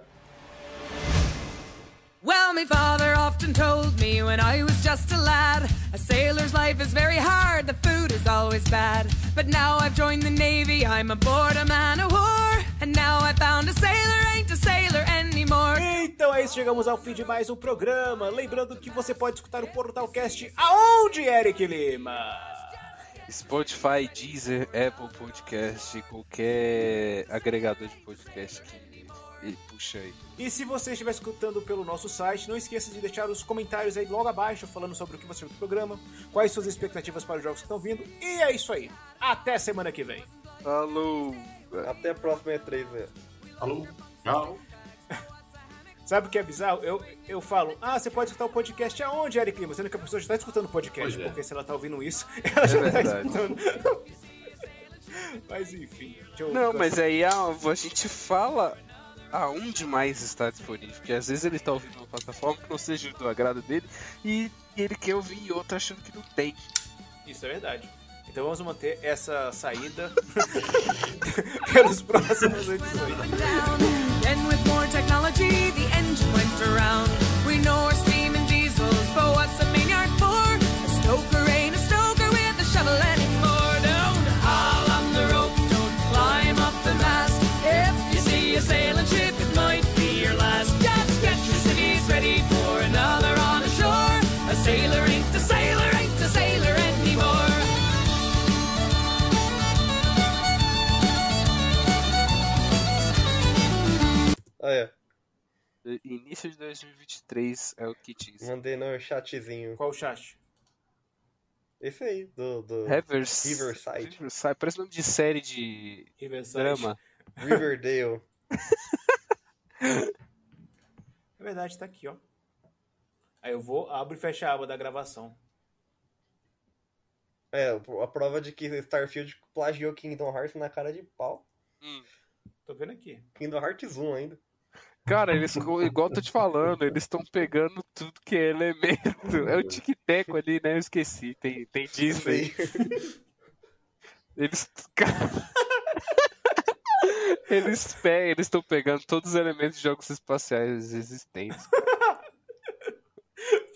Well, my father often told me when I was just a lad, a sailor's life is very hard, the food is always bad. But now I've joined the navy, I'm aboard a man of war, and now I found a sailor ain't a sailor anymore.
Então é isso, chegamos ao fim de mais um programa. Lembrando que você pode escutar o Portalcast aonde, Eric Lima?
Spotify, Deezer, Apple Podcast, qualquer agregador de podcast que e puxa aí.
E se você estiver escutando pelo nosso site, não esqueça de deixar os comentários aí logo abaixo falando sobre o que você viu do programa, quais suas expectativas para os jogos que estão vindo. E é isso aí. Até semana que vem.
Falou!
Até a próxima E3, né?
Alô? Tchau.
Sabe o que é bizarro? Eu, eu falo, ah, você pode escutar o podcast aonde, Eric Lima? Sendo que a pessoa já está escutando o podcast,
Pois é.
porque se ela está ouvindo
[LAUGHS]
isso, ela já está
É verdade.
escutando. [LAUGHS] mas enfim. Deixa eu
Não, mas aí a, a gente fala aonde mais está disponível, porque às vezes ele tá ouvindo uma plataforma que não seja do agrado dele e ele quer ouvir em outra achando que não tem.
Isso é verdade. Então vamos manter essa saída [LAUGHS] pelos próximos edições.
went down. Then with more technology, the engine went around. We know our steam and diesels, but what's a main yard for? A stoker ain't a stoker with a shovel anymore. Don't haul on the rope, don't climb up the mast. If you see a sailing ship, it might be your last. Just get your cities ready for another on the shore. A sailor ain't a sailor, ain't a sailor anymore.
Ah, é.
Início de 2023 é o que diz.
Mandei no chatzinho.
Qual o chat?
Esse aí, do, do
Rivers...
Riverside.
Riverside. Parece nome de série de
Riverside.
drama.
Riverdale.
É verdade, tá aqui, ó. Aí eu vou, abro e fecho a aba da gravação.
É, a prova de que Starfield plagiou Kingdom Hearts na cara de pau.
Tô vendo aqui. [LAUGHS]
Kingdom Hearts 1 ainda.
Cara, eles, igual eu tô te falando, eles estão pegando tudo que é elemento. É o tic-teco ali, né? Eu esqueci. Tem, tem Disney.
Sim.
Eles. Cara. Eles pe- eles estão pegando todos os elementos de jogos espaciais existentes.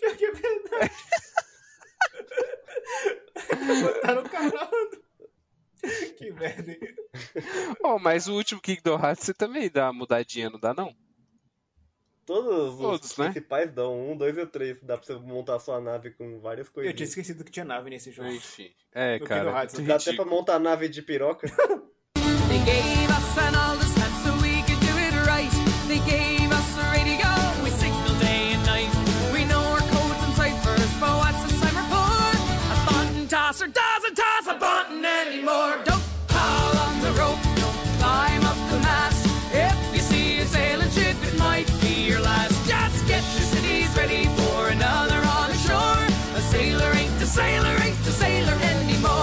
Pior que é verdade. [LAUGHS] Botaram o Tá canal. [LAUGHS] Que merda, hein?
Oh, mas o último Kingdom Hearts você também dá uma mudadinha, não dá não?
[LAUGHS] Todos os
Todos, né?
principais dão um, dois e três. Dá pra você montar sua nave com várias coisas.
Eu tinha esquecido que tinha nave nesse jogo.
Enfim. É,
No
cara.
Kingdom
é
Hearts,
muito
Dá até pra
ridículo.
montar a nave de piroca. [LAUGHS]
They gave us an all the steps so we could do it right. They gave us a radio, we signal day and night. We know our codes and ciphers, but what's a cipher for? A button tosser doesn't toss a button anymore. Don't call on the rope, don't climb up the mast. If you see a sailing ship, it might be your last. Just get your cities ready for another on shore. A sailor ain't a sailor, ain't a sailor anymore.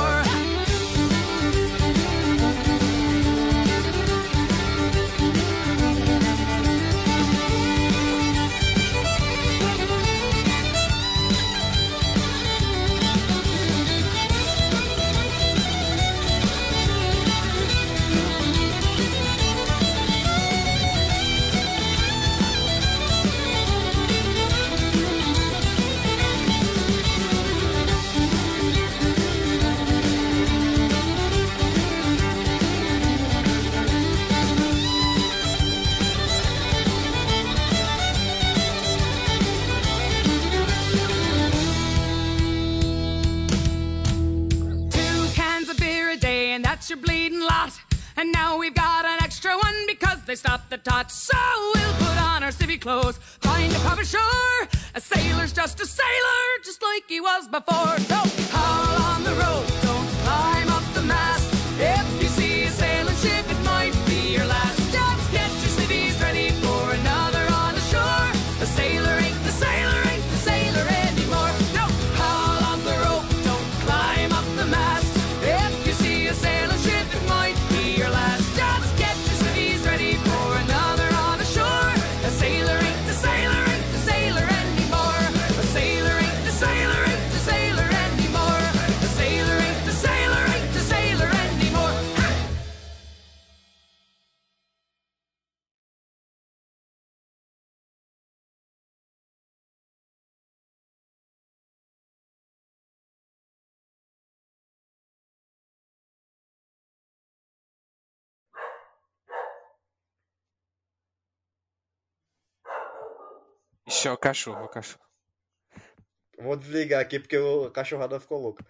Two cans of beer a day, and that's your bleeding lot. And now we've got an extra one because they stopped the tot. So we'll put on our civvy clothes, find a pub ashore. A sailor's just a sailor, just like he was before. Don't howl on the road, don't climb up the mast. If you see a sailing ship, it might be your last. Just get your cities ready for another on the shore. A sailor ain't the sailor, ain't the sailor anymore. Don't howl on the rope, don't climb up the mast. If you see a sailing ship, it might be your last. Just get your cities ready for another on a shore. A sailor ain't the sailor, ain't the sailor anymore. A sailor ain't the sailor, ain't the sailor anymore. A sailor ain't the sailor, ain't the sailor anymore. Ha!
Ixi, é o cachorro, é o cachorro. é
Vou desligar aqui porque o- a cachorrada ficou louca.